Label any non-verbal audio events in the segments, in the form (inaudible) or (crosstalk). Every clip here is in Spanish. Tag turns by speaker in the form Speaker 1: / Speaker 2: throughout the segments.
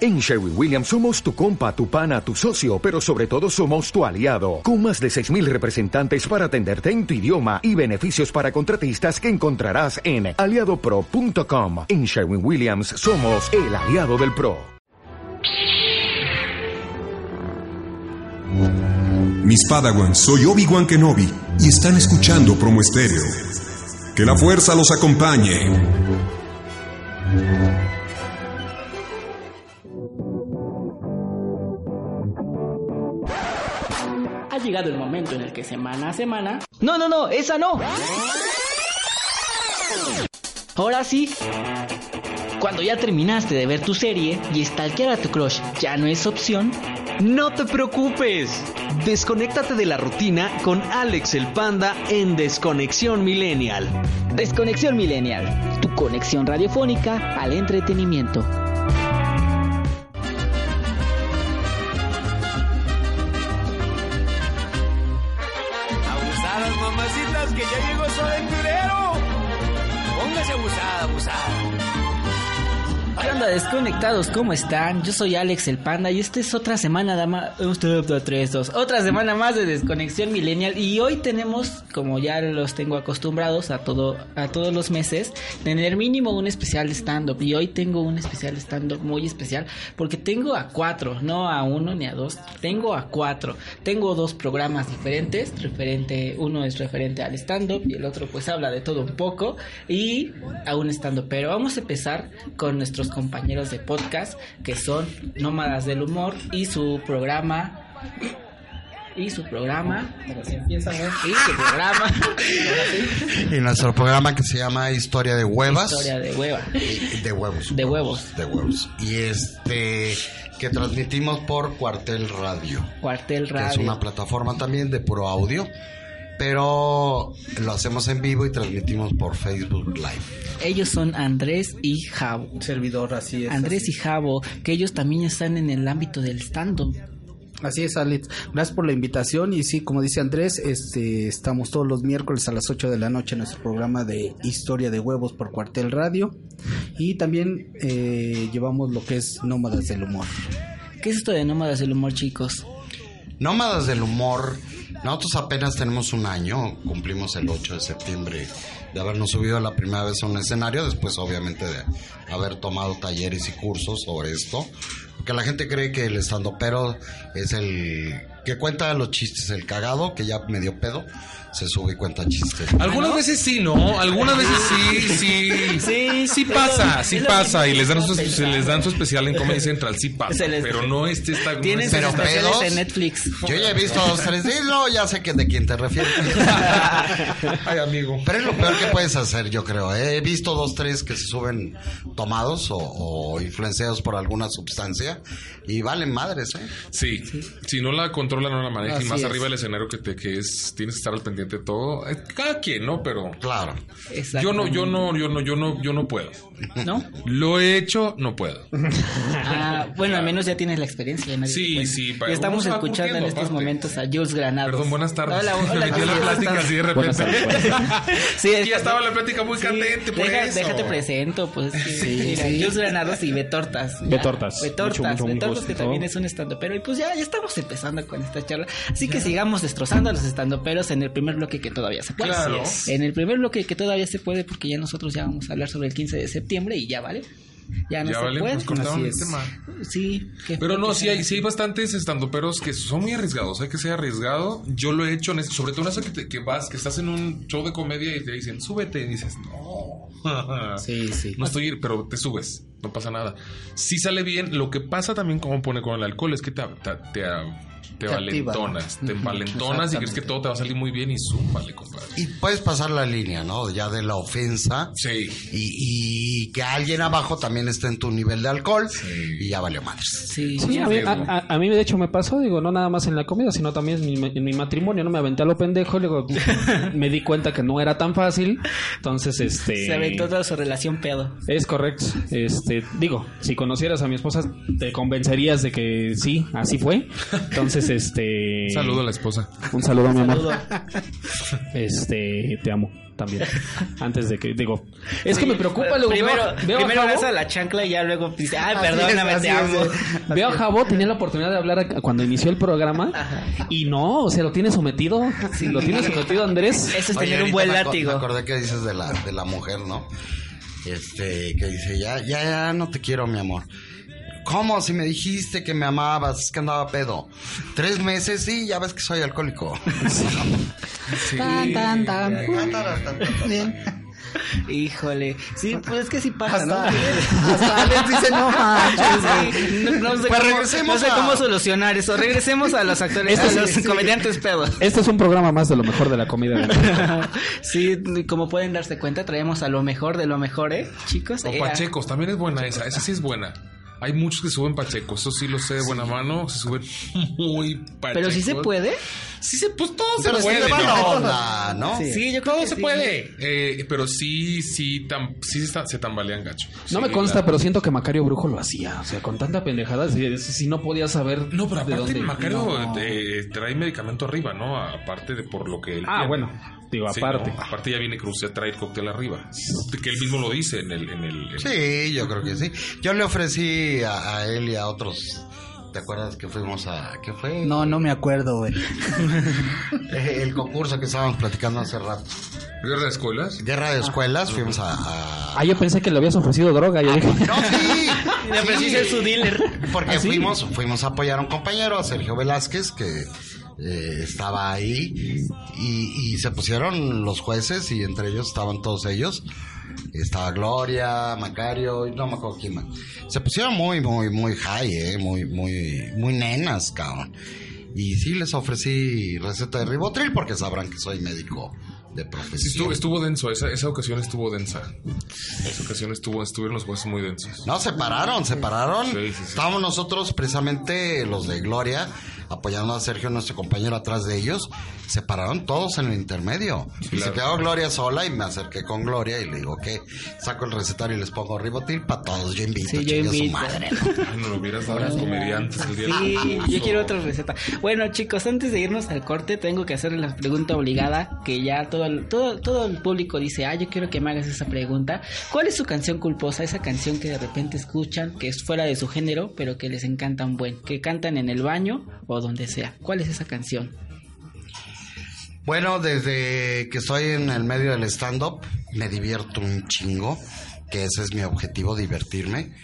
Speaker 1: En Sherwin Williams somos tu compa, tu pana, tu socio, pero sobre todo somos tu aliado, con más de 6.000 representantes para atenderte en tu idioma y beneficios para contratistas que encontrarás en aliadopro.com. En Sherwin Williams somos el aliado del PRO.
Speaker 2: Mis Padawans, soy Obi-Wan Kenobi y están escuchando Promo Estéreo. Que la fuerza los acompañe.
Speaker 3: Ha llegado el momento en el que semana a semana,
Speaker 4: No, no, no, esa no. Ahora sí. Cuando ya terminaste de ver tu serie y stalkear a tu crush ya no es opción,
Speaker 5: No te preocupes. Desconéctate de la rutina con Alex el Panda en
Speaker 6: (laughs)
Speaker 5: Desconexión Millennial.
Speaker 4: Desconexión Millennial, tu conexión radiofónica al entretenimiento.
Speaker 7: Abusadas, mamacitas, que ya llegó su aventurero. Póngase abusada, abusada.
Speaker 3: ¿Qué onda desconectados? ¿Cómo están? Yo soy Alex el Panda y esta es otra semana de ma- Usted, dos, tres, dos. otra semana más de Desconexión Millennial y hoy tenemos, como ya los tengo acostumbrados a todo a todos los meses, tener mínimo un especial de stand up y hoy tengo un especial de stand up muy especial porque tengo a cuatro, no a uno ni a dos, tengo a cuatro. Tengo dos programas diferentes, referente uno es referente al stand up y el otro pues habla de todo un poco y a un stand up, pero vamos a empezar con nuestros compañeros de podcast que son Nómadas del Humor y su programa y su programa y su programa (laughs)
Speaker 8: Y nuestro programa que se llama Historia de Huevas.
Speaker 3: Historia de hueva
Speaker 8: Eh, De huevos.
Speaker 3: de huevos
Speaker 8: De huevos. Y este, que transmitimos por Cuartel Radio,
Speaker 3: cuartel
Speaker 8: que es una
Speaker 3: radio
Speaker 8: plataforma también de puro audio. Pero lo hacemos en vivo y transmitimos por Facebook Live.
Speaker 3: ellos son Andrés y Javo
Speaker 9: servidor, así es.
Speaker 3: Andrés
Speaker 9: así.
Speaker 3: y Javo que ellos también están en el ámbito del stand up
Speaker 9: Así es, Alex. Gracias por la invitación y sí, como dice Andrés, este, estamos todos los miércoles a las 8 de la noche en nuestro programa de Historia de Huevos por Cuartel Radio y también eh, llevamos lo que es Nómadas del Humor.
Speaker 3: ¿Qué es esto de Nómadas del Humor, chicos?
Speaker 8: Nómadas del humor. Nosotros apenas tenemos un año, cumplimos el 8 de septiembre de habernos subido la primera vez a un escenario, después obviamente de haber tomado talleres y cursos sobre esto, porque la gente cree que el estando pero es el que cuenta los chistes, el cagado, que ya medio pedo, se sube y cuenta chistes.
Speaker 10: Algunas veces sí, ¿no? Algunas veces sí, sí. Sí, pasa, sí
Speaker 3: es lo
Speaker 10: pasa.
Speaker 3: que
Speaker 10: Y les dan,
Speaker 3: yo
Speaker 10: su,
Speaker 3: estaba
Speaker 10: se les dan su especial en Comedy Central, sí pasa.
Speaker 3: Se les-
Speaker 10: Pero no este está... no
Speaker 3: Tienes
Speaker 10: este
Speaker 8: Pero
Speaker 10: está-
Speaker 3: especiales
Speaker 8: pedos.
Speaker 3: en Netflix.
Speaker 8: Yo ya he visto dos, tres, sí, no, ya sé que de quién te refieres.
Speaker 10: Ay, amigo.
Speaker 8: Pero es lo peor que puedes hacer, yo creo. ¿eh? He visto dos, tres que se suben tomados o, o influenciados por alguna sustancia y valen madres, ¿eh?
Speaker 10: Sí. Si no la controla, no la maneja. Y
Speaker 9: Así
Speaker 10: más
Speaker 9: es.
Speaker 10: arriba del escenario que te que es... Tienes que estar al pendiente de todo. Eh, Cada quien, ¿no? Pero...
Speaker 8: Claro.
Speaker 10: Yo no, yo no, yo no, yo no, yo no puedo.
Speaker 3: ¿No?
Speaker 10: Lo he hecho, no puedo.
Speaker 3: Ah, bueno, al menos ya tienes la experiencia. nadie
Speaker 10: Sí,
Speaker 3: te cuenta.
Speaker 10: sí,
Speaker 3: Y
Speaker 10: para-
Speaker 3: estamos
Speaker 10: uno se va
Speaker 3: escuchando en
Speaker 10: curtiendo,
Speaker 3: estos
Speaker 10: aparte.
Speaker 3: momentos a Jules Granados.
Speaker 10: Perdón, buenas tardes.
Speaker 3: Hola, hola,
Speaker 10: (laughs) Me metí a la
Speaker 3: ¿cómo
Speaker 10: plática
Speaker 3: estás?
Speaker 10: así de repente. (laughs)
Speaker 3: Sí, es-
Speaker 10: Y ya estaba la plática muy candente, por
Speaker 3: Deja-
Speaker 10: eso.
Speaker 3: Déjate presento,
Speaker 10: (laughs)
Speaker 3: pues. Sí, mira, Jules Granados y Betortas. ¿ya?
Speaker 6: Betortas.
Speaker 3: Betortas,
Speaker 6: Mucho, mucho, muy
Speaker 3: Betortas,
Speaker 6: gusto.
Speaker 3: que también es un estandopero. Y pues ya, ya estamos empezando con esta charla. Así que sigamos destrozando a los estandoperos en el primer bloque que todavía se puede.
Speaker 10: Claro.
Speaker 3: Así es. En el primer bloque que todavía se puede, porque ya nosotros ya vamos a hablar sobre el 15 de septiembre y ya vale. Ya no
Speaker 10: Ya
Speaker 3: se
Speaker 10: vale,
Speaker 3: puede.
Speaker 10: pues cortaron
Speaker 9: Así
Speaker 10: el
Speaker 9: es.
Speaker 10: tema.
Speaker 3: Sí, que-
Speaker 10: Pero no,
Speaker 3: que-
Speaker 10: sí hay, sí hay bastantes estandoperos que son muy arriesgados, hay que ser arriesgado. Yo lo he hecho, en eso, sobre todo en eso que, te- que vas, que estás en un show de comedia y te dicen, súbete, y dices,
Speaker 9: (laughs)
Speaker 10: no.
Speaker 9: Sí, sí.
Speaker 10: No estoy, pero te subes, no pasa nada. Si sale bien, lo que pasa también como pone con el alcohol es que te, te, te, te
Speaker 9: Te activa,
Speaker 10: valentonas,
Speaker 9: ¿no?
Speaker 10: te
Speaker 9: Ujú,
Speaker 10: valentonas y crees que
Speaker 9: exactamente.
Speaker 10: todo te va a salir muy bien y súmale, compadre.
Speaker 8: Y puedes pasar la línea, ¿no? Ya de la ofensa.
Speaker 10: Sí.
Speaker 8: Y, y que alguien abajo también esté en tu nivel de alcohol
Speaker 10: Sí.
Speaker 8: y ya valió madres.
Speaker 3: Sí,
Speaker 6: Sí, a, mí, a- a- a mí, de hecho me pasó, digo, no nada más en la comida, sino también en mi, en mi matrimonio, no me aventé a lo pendejo, y
Speaker 9: (laughs)
Speaker 6: luego me di cuenta que no era tan fácil, entonces este...
Speaker 3: se aventó toda su relación pedo.
Speaker 6: Es correcto, Este,
Speaker 3: te digo, si conocieras a mi esposa, te convencerías de que sí, así fue. Entonces, este.
Speaker 10: Saludo a la esposa.
Speaker 3: Un saludo, mi amor. Este, te amo también. Antes de que, digo, es que me preocupa luego.
Speaker 6: Primero,
Speaker 3: veo a- veo a
Speaker 6: primero
Speaker 3: Jabo-
Speaker 6: abraza la chancla y ya luego dice, ay,
Speaker 3: Así es,
Speaker 6: perdóname,
Speaker 3: así
Speaker 6: te
Speaker 3: es,
Speaker 6: amo.
Speaker 3: eh. Veo a Jabo, tenía la oportunidad de hablar a- cuando inició el programa y no, o sea, lo tiene sometido. Lo tiene sometido Andrés.
Speaker 8: Oye, ahorita me aco- Me acordé que dices de la, de la mujer, ¿no? Este, que dice, ya, ya, ya no te quiero, mi amor. ¿Cómo? Si me dijiste que me amabas, es que andaba pedo. Tres meses, sí, ya ves que soy alcohólico. (laughs)
Speaker 6: Tan, tan, tan.
Speaker 8: Bien.
Speaker 6: Híjole. Sí, pues es que sí pasa, ¿no?
Speaker 10: (laughs)
Speaker 7: hasta Alex dice, "No manches".
Speaker 6: Sí, no- no sé
Speaker 7: Pues
Speaker 6: cómo-
Speaker 7: regresemos
Speaker 6: no sé
Speaker 7: a-
Speaker 6: cómo solucionar eso. Regresemos a los actores,
Speaker 3: Eso
Speaker 6: a los
Speaker 3: sí, sí.
Speaker 6: comediantes pedos.
Speaker 3: Este es un programa más de lo mejor de la comida. de-
Speaker 6: (laughs) Sí, como pueden darse cuenta, traemos a lo mejor de lo mejor, ¿eh? Chicos.
Speaker 10: O
Speaker 6: eh,
Speaker 10: Pachecos, también es buena esa. Esa sí es buena. Hay muchos que suben Pachecos. Eso sí lo sé de buena mano. Se suben muy Pachecos.
Speaker 6: Pero sí se puede.
Speaker 10: Sí se, pues todo
Speaker 7: Pero
Speaker 10: se
Speaker 7: sí
Speaker 10: puede.
Speaker 7: le va
Speaker 10: ¿no?
Speaker 7: la onda, ¿no?
Speaker 10: Sí,
Speaker 7: Sí,
Speaker 10: yo
Speaker 7: yo creo
Speaker 10: creo todo
Speaker 7: que
Speaker 10: Este, se
Speaker 7: sí.
Speaker 10: puede. Eh, pero sí, sí, tam- sí se, ta- se tambalean gacho.
Speaker 3: No me
Speaker 10: Sí,
Speaker 3: consta,
Speaker 10: la-
Speaker 3: pero siento que Macario Brujo lo hacía. O sea, con tanta pendejada, si, si no podía saber. No, pero
Speaker 10: Aparte, Macario eh, trae medicamento arriba, ¿no? Aparte de por lo que él.
Speaker 3: Ah, bueno, digo,
Speaker 10: Sí,
Speaker 3: aparte.
Speaker 10: ¿no? Aparte, ya viene Cruz, ya trae el cóctel arriba. Que él mismo lo dice en el. En el en-
Speaker 8: Sí, yo creo que sí. Yo le ofrecí a, a él y a otros. ¿Te acuerdas que fuimos a... ¿Qué fue?
Speaker 11: No, no me acuerdo, güey.
Speaker 8: El concurso que estábamos platicando hace rato.
Speaker 10: ¿Guerra de escuelas?
Speaker 8: Guerra de escuelas, fuimos a- a
Speaker 3: Ah, yo pensé que le habías ofrecido droga.
Speaker 6: Ah,
Speaker 3: Yo dije,
Speaker 8: (laughs) Le
Speaker 6: ofrecí ser su dealer.
Speaker 8: Porque
Speaker 3: ¿Ah, sí?
Speaker 8: fuimos, fuimos a apoyar a un compañero, a Sergio Velázquez, que eh, estaba ahí. Y, y se pusieron los jueces y entre ellos estaban todos ellos. Estaba Gloria, Macario, y no me acuerdo quién más. Se pusieron muy, muy, muy high, eh, muy, muy, muy nenas, cabrón. Y sí les ofrecí receta de ribotril porque sabrán que soy médico de profesión.
Speaker 10: Sí, estuvo, estuvo denso. Esa, esa ocasión estuvo densa. Esa ocasión estuvo, estuvieron los jueces muy densos.
Speaker 8: No, se pararon, se pararon.
Speaker 10: Sí, sí, sí.
Speaker 8: Estábamos nosotros, precisamente los de Gloria, apoyando a Sergio, nuestro compañero, atrás de ellos. Se pararon todos en el intermedio. Y se
Speaker 10: claro.
Speaker 8: quedó Gloria sola y me acerqué con Gloria y le digo que saco el recetario y les pongo ribotil para todos. Yo invito,
Speaker 6: Sí, yo
Speaker 8: chingue su
Speaker 6: invito.
Speaker 8: madre.
Speaker 11: (laughs)
Speaker 10: Ay, no lo hubieras dado a los comediantes el día del
Speaker 6: Sí, yo
Speaker 10: concurso.
Speaker 6: quiero otra receta. Bueno, chicos, antes de irnos al corte, tengo que hacer la pregunta obligada que ya todo el, todo, todo el público dice, ah, yo quiero que me hagas esa pregunta. ¿Cuál es su canción culposa? Esa canción que de repente escuchan, que es fuera de su género, pero que les encanta un buen, que cantan en el baño o donde sea. ¿Cuál es esa canción?
Speaker 8: Bueno, desde que estoy en el medio del stand-up, me divierto un chingo, que ese es mi objetivo, divertirme.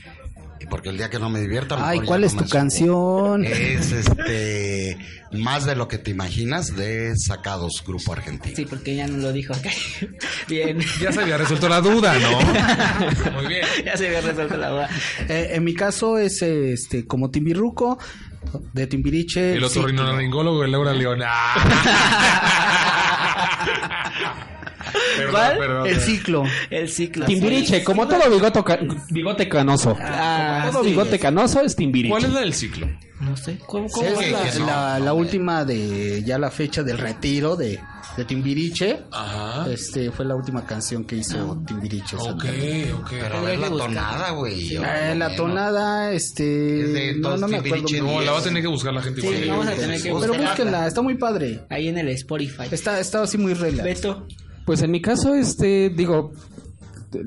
Speaker 8: Y Porque el día que no me divierta, a lo
Speaker 11: Ay,
Speaker 8: mejor
Speaker 11: ¿cuál
Speaker 8: ya no
Speaker 11: es
Speaker 8: me
Speaker 11: tu
Speaker 8: subo.
Speaker 11: canción?
Speaker 6: Eh.
Speaker 8: Es este más de lo que te imaginas de Sacados Grupo Argentino.
Speaker 6: Sí, porque ya no lo dijo. Ok. (laughs) Bien. (laughs)
Speaker 10: Ya se había resuelto la duda, ¿no? Muy bien.
Speaker 6: Ya se había resuelto la duda.
Speaker 11: Eh, en mi caso es este como Timbirruco de Timbiriche.
Speaker 10: El otro
Speaker 11: sí.
Speaker 10: rinolaringólogo, el Laura León. Ah. (laughs) Perdón,
Speaker 6: ¿Cuál?
Speaker 10: perdón.
Speaker 11: El ciclo.
Speaker 6: El ciclo.
Speaker 3: Timbiriche, como todo bigoto ca- bigote canoso.
Speaker 6: Ah,
Speaker 3: como todo
Speaker 6: sí.
Speaker 3: bigote canoso es Timbiriche.
Speaker 10: ¿Cuál es la del ciclo?
Speaker 6: No sé. ¿Cómo,
Speaker 11: Sí, es
Speaker 6: cómo es
Speaker 11: la, la-
Speaker 6: la-
Speaker 11: la última de ya la fecha del retiro de, de Timbiriche.
Speaker 10: Ajá.
Speaker 6: Eh,
Speaker 11: Este fue la última canción que hizo
Speaker 8: Ah.
Speaker 11: Timbiriche. esa
Speaker 10: Ok,
Speaker 11: tarde.
Speaker 10: ok.
Speaker 8: Pero a ver la tonada, güey. yo,
Speaker 11: Eh, la
Speaker 8: bueno.
Speaker 11: tonada,
Speaker 8: Es
Speaker 11: este
Speaker 8: de
Speaker 11: no,
Speaker 8: todos
Speaker 11: no me acuerdo.
Speaker 8: Timbiriche,
Speaker 11: muy
Speaker 10: No,
Speaker 11: bien.
Speaker 10: la va a tener que buscar la gente.
Speaker 6: Sí,
Speaker 10: igual.
Speaker 6: vamos a tener que
Speaker 11: Pero
Speaker 6: buscarla.
Speaker 11: búsquenla, está muy padre.
Speaker 6: Ahí en el Spotify.
Speaker 11: Está, está así muy relax.
Speaker 6: Beto.
Speaker 3: Pues en mi caso, este, digo,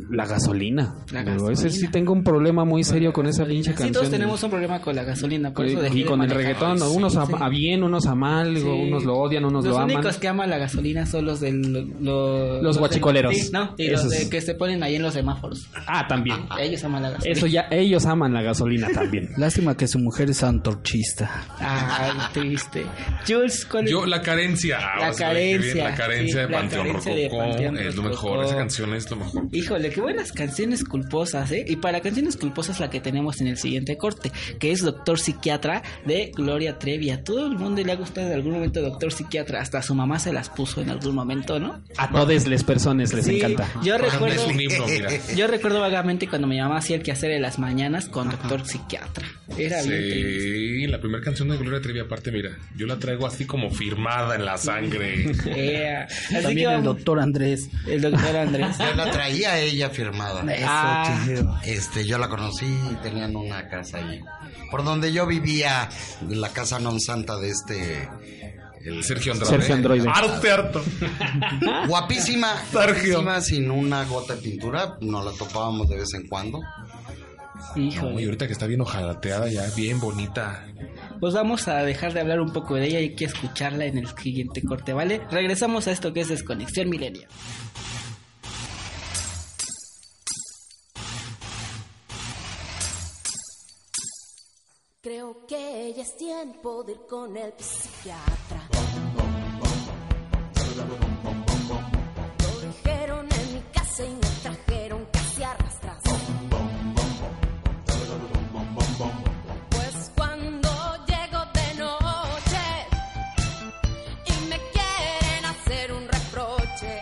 Speaker 3: la gasolina.
Speaker 6: La
Speaker 3: Digo,
Speaker 6: gasolina.
Speaker 3: ese sí tengo un problema muy serio con esa pinche
Speaker 6: Sí,
Speaker 3: canción.
Speaker 6: todos tenemos un problema con la gasolina, por eso dejé
Speaker 3: y
Speaker 6: de
Speaker 3: con el
Speaker 6: manejar.
Speaker 3: reggaetón,
Speaker 6: Sí,
Speaker 3: unos a,
Speaker 6: sí.
Speaker 3: a bien, unos a mal, digo,
Speaker 6: Sí.
Speaker 3: unos lo odian, unos
Speaker 6: los
Speaker 3: lo aman.
Speaker 6: únicos que aman la gasolina son los del los,
Speaker 3: Los
Speaker 6: del-
Speaker 3: guachicoleros.
Speaker 6: sí, ¿no? Y los
Speaker 3: Esos.
Speaker 6: de que se ponen ahí en los semáforos.
Speaker 3: Ah, también.
Speaker 6: Ellos aman la gasolina.
Speaker 3: Eso ya, ellos aman la gasolina también.
Speaker 11: Lástima que su mujer es antorchista.
Speaker 6: Ay, Ah, triste. Jules, ¿cuál es?
Speaker 10: Yo, la carencia. Ah,
Speaker 6: La
Speaker 10: vas a ver qué bien,
Speaker 6: carencia,
Speaker 10: La carencia
Speaker 6: sí,
Speaker 10: de
Speaker 6: la
Speaker 10: Panteón
Speaker 6: carencia de
Speaker 10: Rococó
Speaker 6: Panteón
Speaker 10: es lo mejor.
Speaker 6: Rococó.
Speaker 10: Esa canción es lo mejor.
Speaker 6: Híjole, qué buenas canciones culposas, ¿eh? Y para canciones culposas la que tenemos en el siguiente corte, que es Doctor Psiquiatra de Gloria Trevi. A todo el mundo le ha gustado en algún momento Doctor Psiquiatra, hasta su mamá se las puso en algún momento, ¿no?
Speaker 3: A todas las personas les
Speaker 6: Sí,
Speaker 3: encanta.
Speaker 6: Yo
Speaker 10: Cuando
Speaker 6: recuerdo,
Speaker 10: Es un himno, mira.
Speaker 6: yo recuerdo vagamente cuando mi mamá hacía el quehacer de las mañanas con Doctor Psiquiatra. (laughs) Era bien triste.
Speaker 10: Sí, la primera canción de Gloria Trevi, aparte, mira, yo la traigo así como firmada en la sangre.
Speaker 6: (laughs) Eh, así que
Speaker 11: También el
Speaker 6: vamos-
Speaker 11: doctor Andrés. (laughs)
Speaker 6: el doctor Andrés.
Speaker 8: Yo la traía, ella firmada.
Speaker 11: Eso, chido.
Speaker 8: Este, yo la conocí y tenían una casa ahí. Por donde yo vivía, la casa non santa de este. el-
Speaker 10: Sergio Andrade.
Speaker 3: Sergio Andrade.
Speaker 10: Harto, harto.
Speaker 8: Guapísima,
Speaker 10: Sergio.
Speaker 8: guapísima, sin una gota de pintura. Nos la topábamos de vez en cuando.
Speaker 6: Ah,
Speaker 10: No, y ahorita que está bien ojalateada ya, bien bonita.
Speaker 6: Pues vamos a dejar de hablar un poco de ella y hay que escucharla en el siguiente corte, ¿vale? Regresamos a esto que es Desconexión Milenial.
Speaker 9: Creo que ya es tiempo de ir con el psiquiatra. Lo dijeron en mi casa y me trajeron casi arrastras. Pues cuando llego de noche y me quieren hacer un reproche,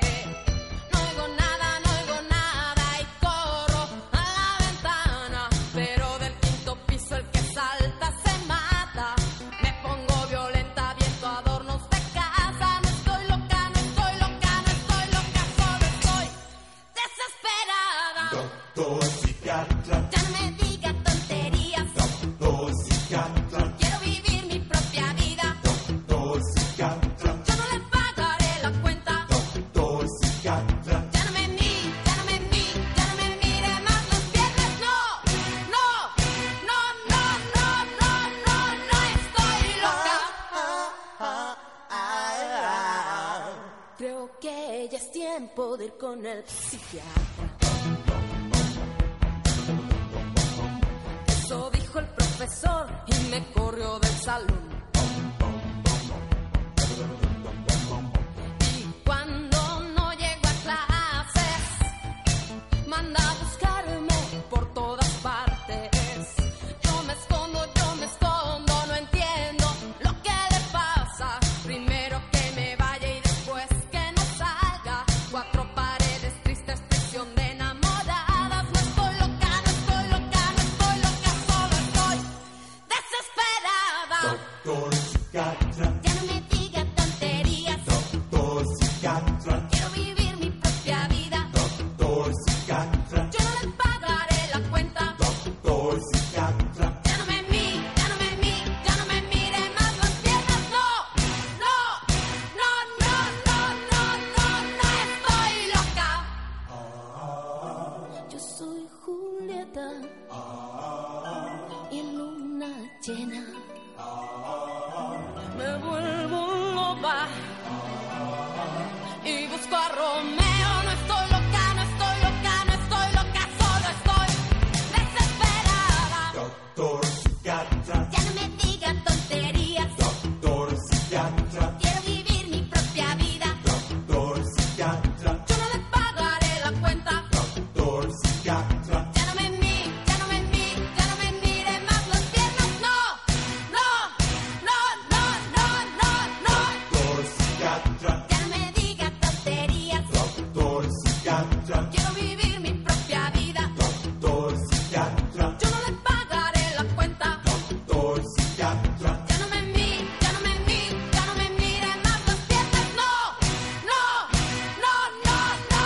Speaker 9: no oigo nada, no oigo nada y corro a la ventana. Pero del quinto piso el que salta se mata. Me pongo violenta, viento adornos de casa. No estoy loca, no estoy loca, no estoy loca, solo estoy desesperada. Ya no me diga tonterías. Quiero vivir mi propia vida. Yo no le pagaré la cuenta. Ya no me mire, ya no me mire, ya no me mire más los viernes. No, no, no, no, no, no, no, no estoy loca. Creo que ya es tiempo de ir con el psiquiatra. Eso dijo el profesor y me corrió del salón. Cuando no llego a clases, manda a buscarme por todas partes. Yo me escondo, yo me escondo, no entiendo lo que le pasa. Primero que me vaya y después que no salga. Cuatro paredes tristes, prisión de enamoradas. No estoy loca, no estoy loca, no estoy loca, solo estoy desesperada. Ya no me diga tonterías. Quiero vivir mi propia vida. Yo no les pagaré la cuenta. Ya no me mire, ya no me mire, ya no me mire más las piernas. No, no, no, no, no, no, no, no estoy loca. Yo soy Julieta y luna llena. Me vuelvo loca y busco a Romeo. No estoy loca, no estoy loca, no estoy loca, solo estoy desesperada. Ya no me digan tonterías. Quiero vivir mi propia vida. Yo no les pagaré la cuenta. Ya no me mire, ya no me mire, ya no me mire más las piernas. No, no, no, no, no, no, no. Ya no me diga tonterías. Quiero vivir mi propia vida. Yo no le pagaré la cuenta. Ya no me mire, ya no me mire, ya no me mire más las piernas. No, no, no, no, no, no, no.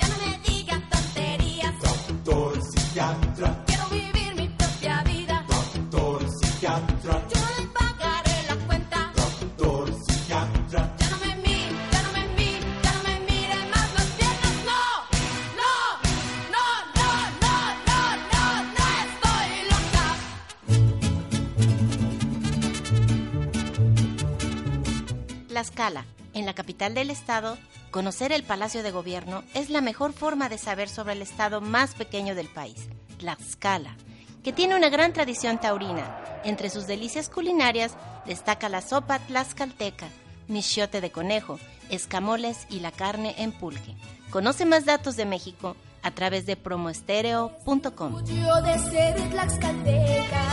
Speaker 9: Ya no me diga tonterías. Quiero vivir mi propia vida. Yo no le pagaré la cuenta. Ya no me mire, ya no me mire, ya no me mire más las piernas. No, no, no, no, no, no, no, no estoy loca.
Speaker 12: Tlaxcala, en la capital del estado, conocer el Palacio de Gobierno es la mejor forma de saber sobre el estado más pequeño del país, Tlaxcala, que tiene una gran tradición taurina. Entre sus delicias culinarias destaca la sopa tlaxcalteca, michiote de conejo, escamoles y la carne en pulque. Conoce más datos de México a través de promoestereo.com,
Speaker 9: Yo de ser tlaxcalteca.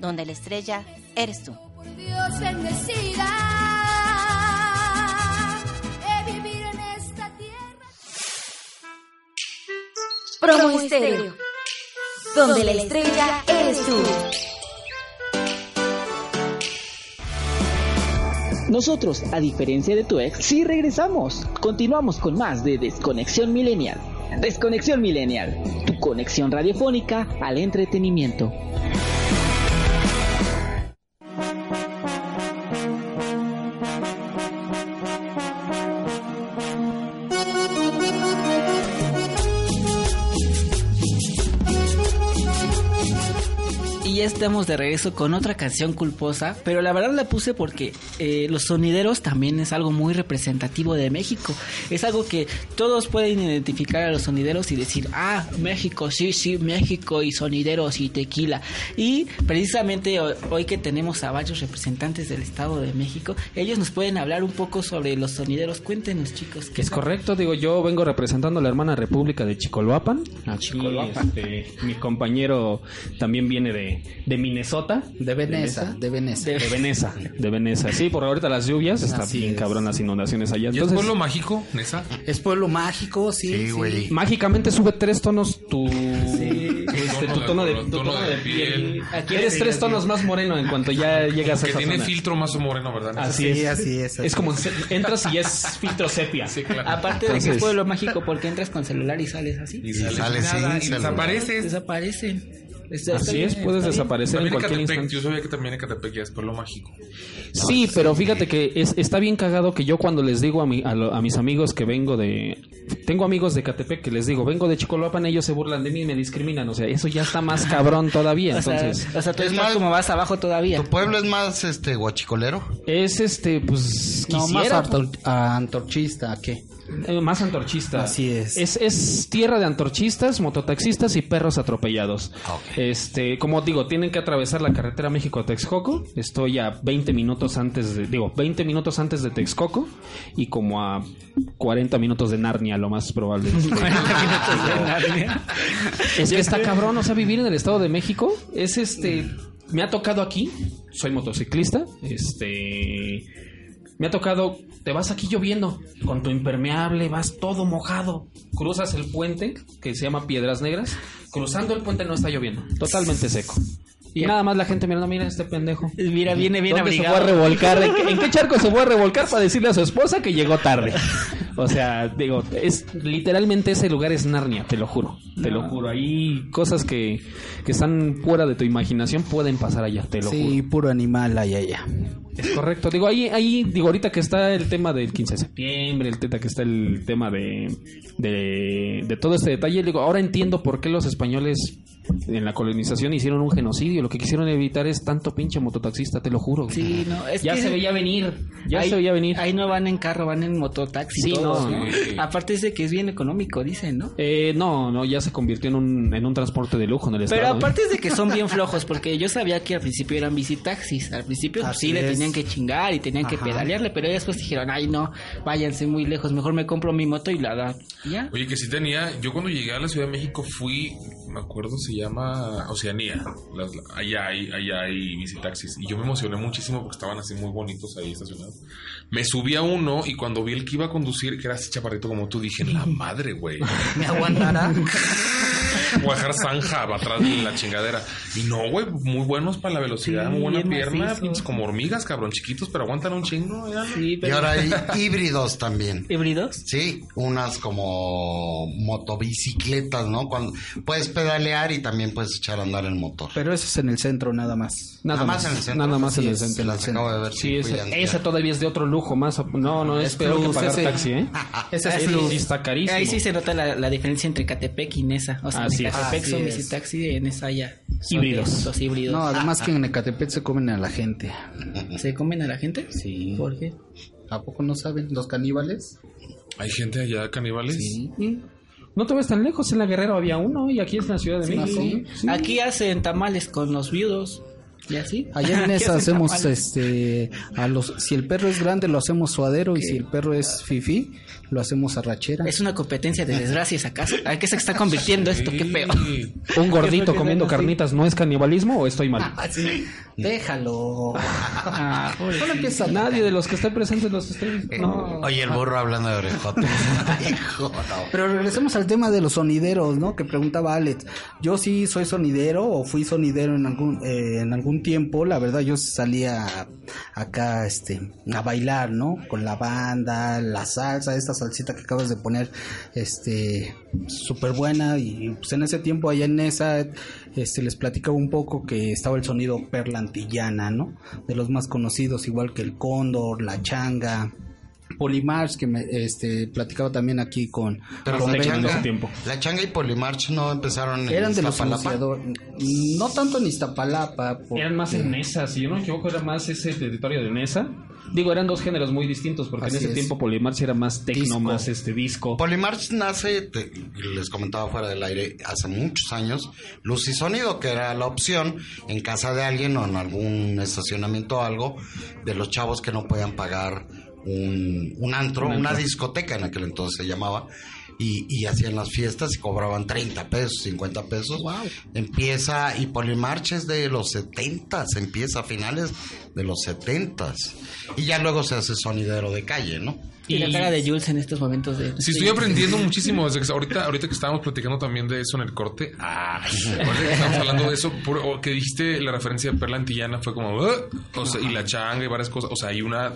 Speaker 12: donde la estrella eres tú.
Speaker 9: Dios bendecida he vivir en esta tierra.
Speaker 13: Promo Estéreo, donde la estrella eres tú.
Speaker 4: Nosotros, a diferencia de tu ex, sí regresamos. Continuamos con más de Desconexión Millennial. Desconexión Millennial, tu conexión radiofónica al entretenimiento.
Speaker 6: Y ya estamos de regreso con otra canción culposa, pero la verdad la puse porque eh, los sonideros también es algo muy representativo de México. Es algo que todos pueden identificar a los sonideros y decir, ah, México, sí, sí, México y sonideros y tequila. Y precisamente ho- hoy que tenemos a varios representantes del Estado de México, ellos nos pueden hablar un poco sobre los sonideros. Cuéntenos, chicos. ¿qué
Speaker 3: Es
Speaker 6: tal?
Speaker 3: correcto, digo, yo vengo representando a la hermana república de Chicoloapan. Aquí,
Speaker 6: Chicoloapan.
Speaker 3: este, mi compañero también viene de, de Minnesota.
Speaker 11: De Veneza, de Veneza.
Speaker 3: De Veneza, de Veneza. Sí, por ahorita las lluvias, está
Speaker 11: Así
Speaker 3: bien cabrón las inundaciones allá.
Speaker 10: ¿Y es
Speaker 3: Entonces,
Speaker 10: pueblo mágico, Nesa?
Speaker 11: Es pueblo mágico, sí. sí.
Speaker 3: Mágicamente sube tres tonos tu, este,
Speaker 10: tono
Speaker 3: tu
Speaker 10: de
Speaker 3: tono de,
Speaker 10: color,
Speaker 3: tu
Speaker 10: tono
Speaker 3: tono
Speaker 10: de
Speaker 3: de piel.
Speaker 10: piel.
Speaker 3: Aquí eres tres tonos más moreno en cuanto ya llegas a
Speaker 10: Que
Speaker 3: esa
Speaker 10: tiene
Speaker 3: zona.
Speaker 10: filtro más moreno, ¿verdad? Nesa?
Speaker 3: Así es. Es como se- entras y es filtro sepia.
Speaker 6: Aparte de que es pueblo mágico porque entras con celular y sales así.
Speaker 3: Y sales Sales sin nada, sin y celular. desapareces.
Speaker 6: Desaparece. Está- está
Speaker 3: Así
Speaker 6: bien,
Speaker 3: es,
Speaker 6: está
Speaker 3: puedes
Speaker 6: bien.
Speaker 3: desaparecer en
Speaker 10: También
Speaker 3: cualquier
Speaker 10: Ecatepec,
Speaker 3: instante.
Speaker 10: yo sabía que también Ecatepec ya es pueblo mágico.
Speaker 3: Sí, pero fíjate que es- está bien cagado que yo cuando les digo a, mi- a, lo- a mis amigos que vengo de... Tengo amigos de Catepec que les digo, vengo de Chicoloapan, ellos se burlan de mí y me discriminan. O sea, eso ya está más cabrón (laughs) todavía.
Speaker 6: O sea,
Speaker 3: Entonces,
Speaker 6: o sea, tú
Speaker 3: Es
Speaker 6: estás
Speaker 3: más-
Speaker 6: como vas abajo todavía.
Speaker 8: ¿Tu pueblo es más este guachicolero?
Speaker 3: Es este, pues
Speaker 11: No, más
Speaker 3: quisiera,
Speaker 11: antor- a- antorchista, ¿qué?
Speaker 3: eh, más antorchista.
Speaker 11: Así es.
Speaker 3: Es, es tierra de antorchistas, mototaxistas y perros atropellados.
Speaker 11: Ah,
Speaker 3: Este, como digo, tienen que atravesar la carretera México-Texcoco. Estoy a 20 minutos antes de, digo, 20 minutos antes de Texcoco y como a 40 minutos de Narnia, lo
Speaker 11: (laughs)
Speaker 3: más probable. Es que está cabrón, o sea, vivir en el Estado de México es este. Me ha tocado aquí, soy motociclista, este. Me ha tocado, te vas aquí lloviendo, con tu impermeable, vas todo mojado, cruzas el puente que se llama Piedras Negras, cruzando el puente no está lloviendo, totalmente seco. Y nada más la gente mirando, mira este pendejo.
Speaker 6: Mira, viene bien
Speaker 3: ¿Dónde
Speaker 6: abrigado.
Speaker 3: se fue a revolcar? ¿En qué, en qué charco se fue a revolcar para decirle a su esposa que llegó tarde? O sea, digo, es literalmente ese lugar es Narnia, te lo juro. Te lo juro. Ahí cosas que, que están fuera de tu imaginación pueden pasar allá, te lo juro.
Speaker 11: Sí, puro animal, ay, ay, ay.
Speaker 3: Es correcto. Digo, ahí, ahí, digo, ahorita que está el tema del 15 de septiembre, el teta que está el tema de, de, de todo este detalle, digo, ahora entiendo por qué los españoles en la colonización hicieron un genocidio. Lo que quisieron evitar es tanto pinche mototaxista, te lo juro.
Speaker 6: Sí, no, es
Speaker 3: ya
Speaker 6: que-
Speaker 3: se veía venir. Ya
Speaker 6: Ahí-
Speaker 3: se veía venir.
Speaker 6: Ahí no van en carro, van en mototaxi.
Speaker 3: Sí,
Speaker 6: todos,
Speaker 3: no,
Speaker 6: ¿no?
Speaker 3: no, sí.
Speaker 6: Aparte dice que es bien económico, dicen, ¿no?
Speaker 3: Eh, no, no, ya se convirtió en un, en un transporte de lujo en el estado.
Speaker 6: Pero
Speaker 3: ¿eh?
Speaker 6: aparte es de que son bien flojos, porque yo sabía que al principio eran bicitaxis. Al principio pues,
Speaker 11: Así
Speaker 6: sí le
Speaker 11: es.
Speaker 6: tenían que chingar y tenían que
Speaker 11: Ajá.
Speaker 6: pedalearle, pero después dijeron, ay no, váyanse muy lejos, mejor me compro mi moto y la da. Y ya.
Speaker 10: Oye, que sí tenía. Yo cuando llegué a la Ciudad de México fui, me acuerdo, se llama Oceanía. Las- allá hay, allá hay visitaxis. Y yo me emocioné muchísimo porque estaban así muy bonitos ahí estacionados. Me subí a uno y cuando vi el que iba a conducir, que era así chaparrito como tú, dije, la madre, güey.
Speaker 11: ¿Me aguantará?
Speaker 10: (laughs) Voy a dejar zanja va atrás de la chingadera. Y no, güey, muy buenos para la velocidad,
Speaker 8: Sí,
Speaker 10: muy buena
Speaker 8: bien
Speaker 10: pierna,
Speaker 8: macizo.
Speaker 10: pinches como hormigas, cabrón, chiquitos, pero aguantan un chingo. ¿eh? ya.
Speaker 8: Y ahora
Speaker 3: (laughs)
Speaker 8: hay híbridos también.
Speaker 6: ¿Híbridos?
Speaker 8: Sí, unas como motobicicletas, ¿no? Cuando puedes pedalear y también puedes echar a andar el motor.
Speaker 11: Pero eso es en el centro, nada más.
Speaker 8: Nada Nada más más. en el centro.
Speaker 3: Nada más en
Speaker 8: Sí,
Speaker 3: el
Speaker 8: se
Speaker 3: centro.
Speaker 8: las acabo de ver,
Speaker 3: Sí,
Speaker 8: sí,
Speaker 3: ese-
Speaker 8: fui antier.
Speaker 3: ese todavía es de otro lujo más. ap- No, no, es,
Speaker 11: Es
Speaker 3: peor que
Speaker 11: plus,
Speaker 3: pagar
Speaker 11: ese-
Speaker 3: taxi,
Speaker 6: (laughs)
Speaker 3: ¿eh?
Speaker 11: ese es
Speaker 3: Sí,
Speaker 11: plus.
Speaker 3: sí está carísimo.
Speaker 6: Ahí Ah, sí se nota la, la diferencia entre Catepec y Nesa. O sea,
Speaker 3: Así
Speaker 6: en
Speaker 3: es.
Speaker 6: Catepec
Speaker 3: Así
Speaker 6: son
Speaker 3: es.
Speaker 6: visitaxi y en Nesa ya. son
Speaker 3: Híbridos.
Speaker 6: de- Los híbridos.
Speaker 11: No, además que en Ecatepec se comen a la gente.
Speaker 6: ¿Se comen a la gente? Sí. ¿Por qué?
Speaker 11: ¿A poco no saben? ¿Los caníbales?
Speaker 10: Hay gente allá, caníbales.
Speaker 3: No te ves tan lejos, en la Guerrero había uno y aquí es en la Ciudad de
Speaker 6: Sí,
Speaker 3: México.
Speaker 6: sí. Ah, Aquí hacen tamales con los viudos. ¿Y así?
Speaker 11: Allá en
Speaker 6: (laughs)
Speaker 3: (laughs)
Speaker 6: Aquí
Speaker 11: esa
Speaker 6: hacen
Speaker 11: hacemos
Speaker 6: tamales.
Speaker 11: este a los si el perro es grande lo hacemos suadero y si el perro es fifi lo hacemos arrachera.
Speaker 6: Es una competencia de desgracias acaso. ¿A qué se está convirtiendo esto? Qué feo.
Speaker 3: Un gordito
Speaker 6: que Ah,
Speaker 3: comiendo
Speaker 6: sean así.
Speaker 3: carnitas, ¿no es canibalismo o estoy mal?
Speaker 11: Déjalo.
Speaker 6: Ah,
Speaker 3: Solo empieza nadie de los que estén presentes los estoy. No.
Speaker 8: Oye, el burro hablando de
Speaker 3: (laughs)
Speaker 8: orejotas. Hijo, no.
Speaker 11: Pero regresemos al tema de los sonideros, ¿no? Que preguntaba Alex. Yo sí soy sonidero o fui sonidero en algún eh, en algún un tiempo, la verdad, yo salía acá este, a bailar, ¿no? Con la banda, la salsa, esta salsita que acabas de poner, este, súper buena. Y pues en ese tiempo, allá en esa, este, les platicaba un poco que estaba el sonido perlantillana, ¿no? De los más conocidos, igual que el cóndor, la changa. Polymarch que me este, platicaba también aquí con,
Speaker 8: Pero
Speaker 11: con
Speaker 8: la,
Speaker 11: Ben.
Speaker 8: changa, la changa y Polimarch no empezaron en
Speaker 11: Eran de los
Speaker 8: Iztapalapa.
Speaker 11: anunciadores. No tanto en Iztapalapa. porque-
Speaker 3: Eran más en Nesa, si yo no me equivoco, era más ese territorio de Nesa. Digo, eran dos géneros muy distintos, porque
Speaker 8: Así
Speaker 3: en ese
Speaker 8: es.
Speaker 3: tiempo Polimarch era más tecno,
Speaker 8: Disco.
Speaker 3: más este disco.
Speaker 8: Polimarch nace, te- les comentaba fuera del aire, hace muchos años, luz y sonido, que era la opción en casa de alguien o en algún estacionamiento o algo, de los chavos que no podían pagar un, un antro,
Speaker 14: Un antro.
Speaker 8: una discoteca en aquel entonces se llamaba. Y, y hacían las fiestas y cobraban 30 pesos, 50 pesos. Empieza, y Polimarch es de los 70, empieza a finales de los 70. Y ya luego se hace sonidero de calle, ¿no?
Speaker 6: Y la cara de Jules en estos momentos de...
Speaker 10: Sí, estoy aprendiendo muchísimo. desde que- ahorita, ahorita que estábamos platicando también de eso en el corte. Ah, ahorita que estábamos hablando de eso, puro- o que dijiste la referencia de Perla Antillana fue como... "Ah", o sea, y la changa y varias cosas. O sea, hay una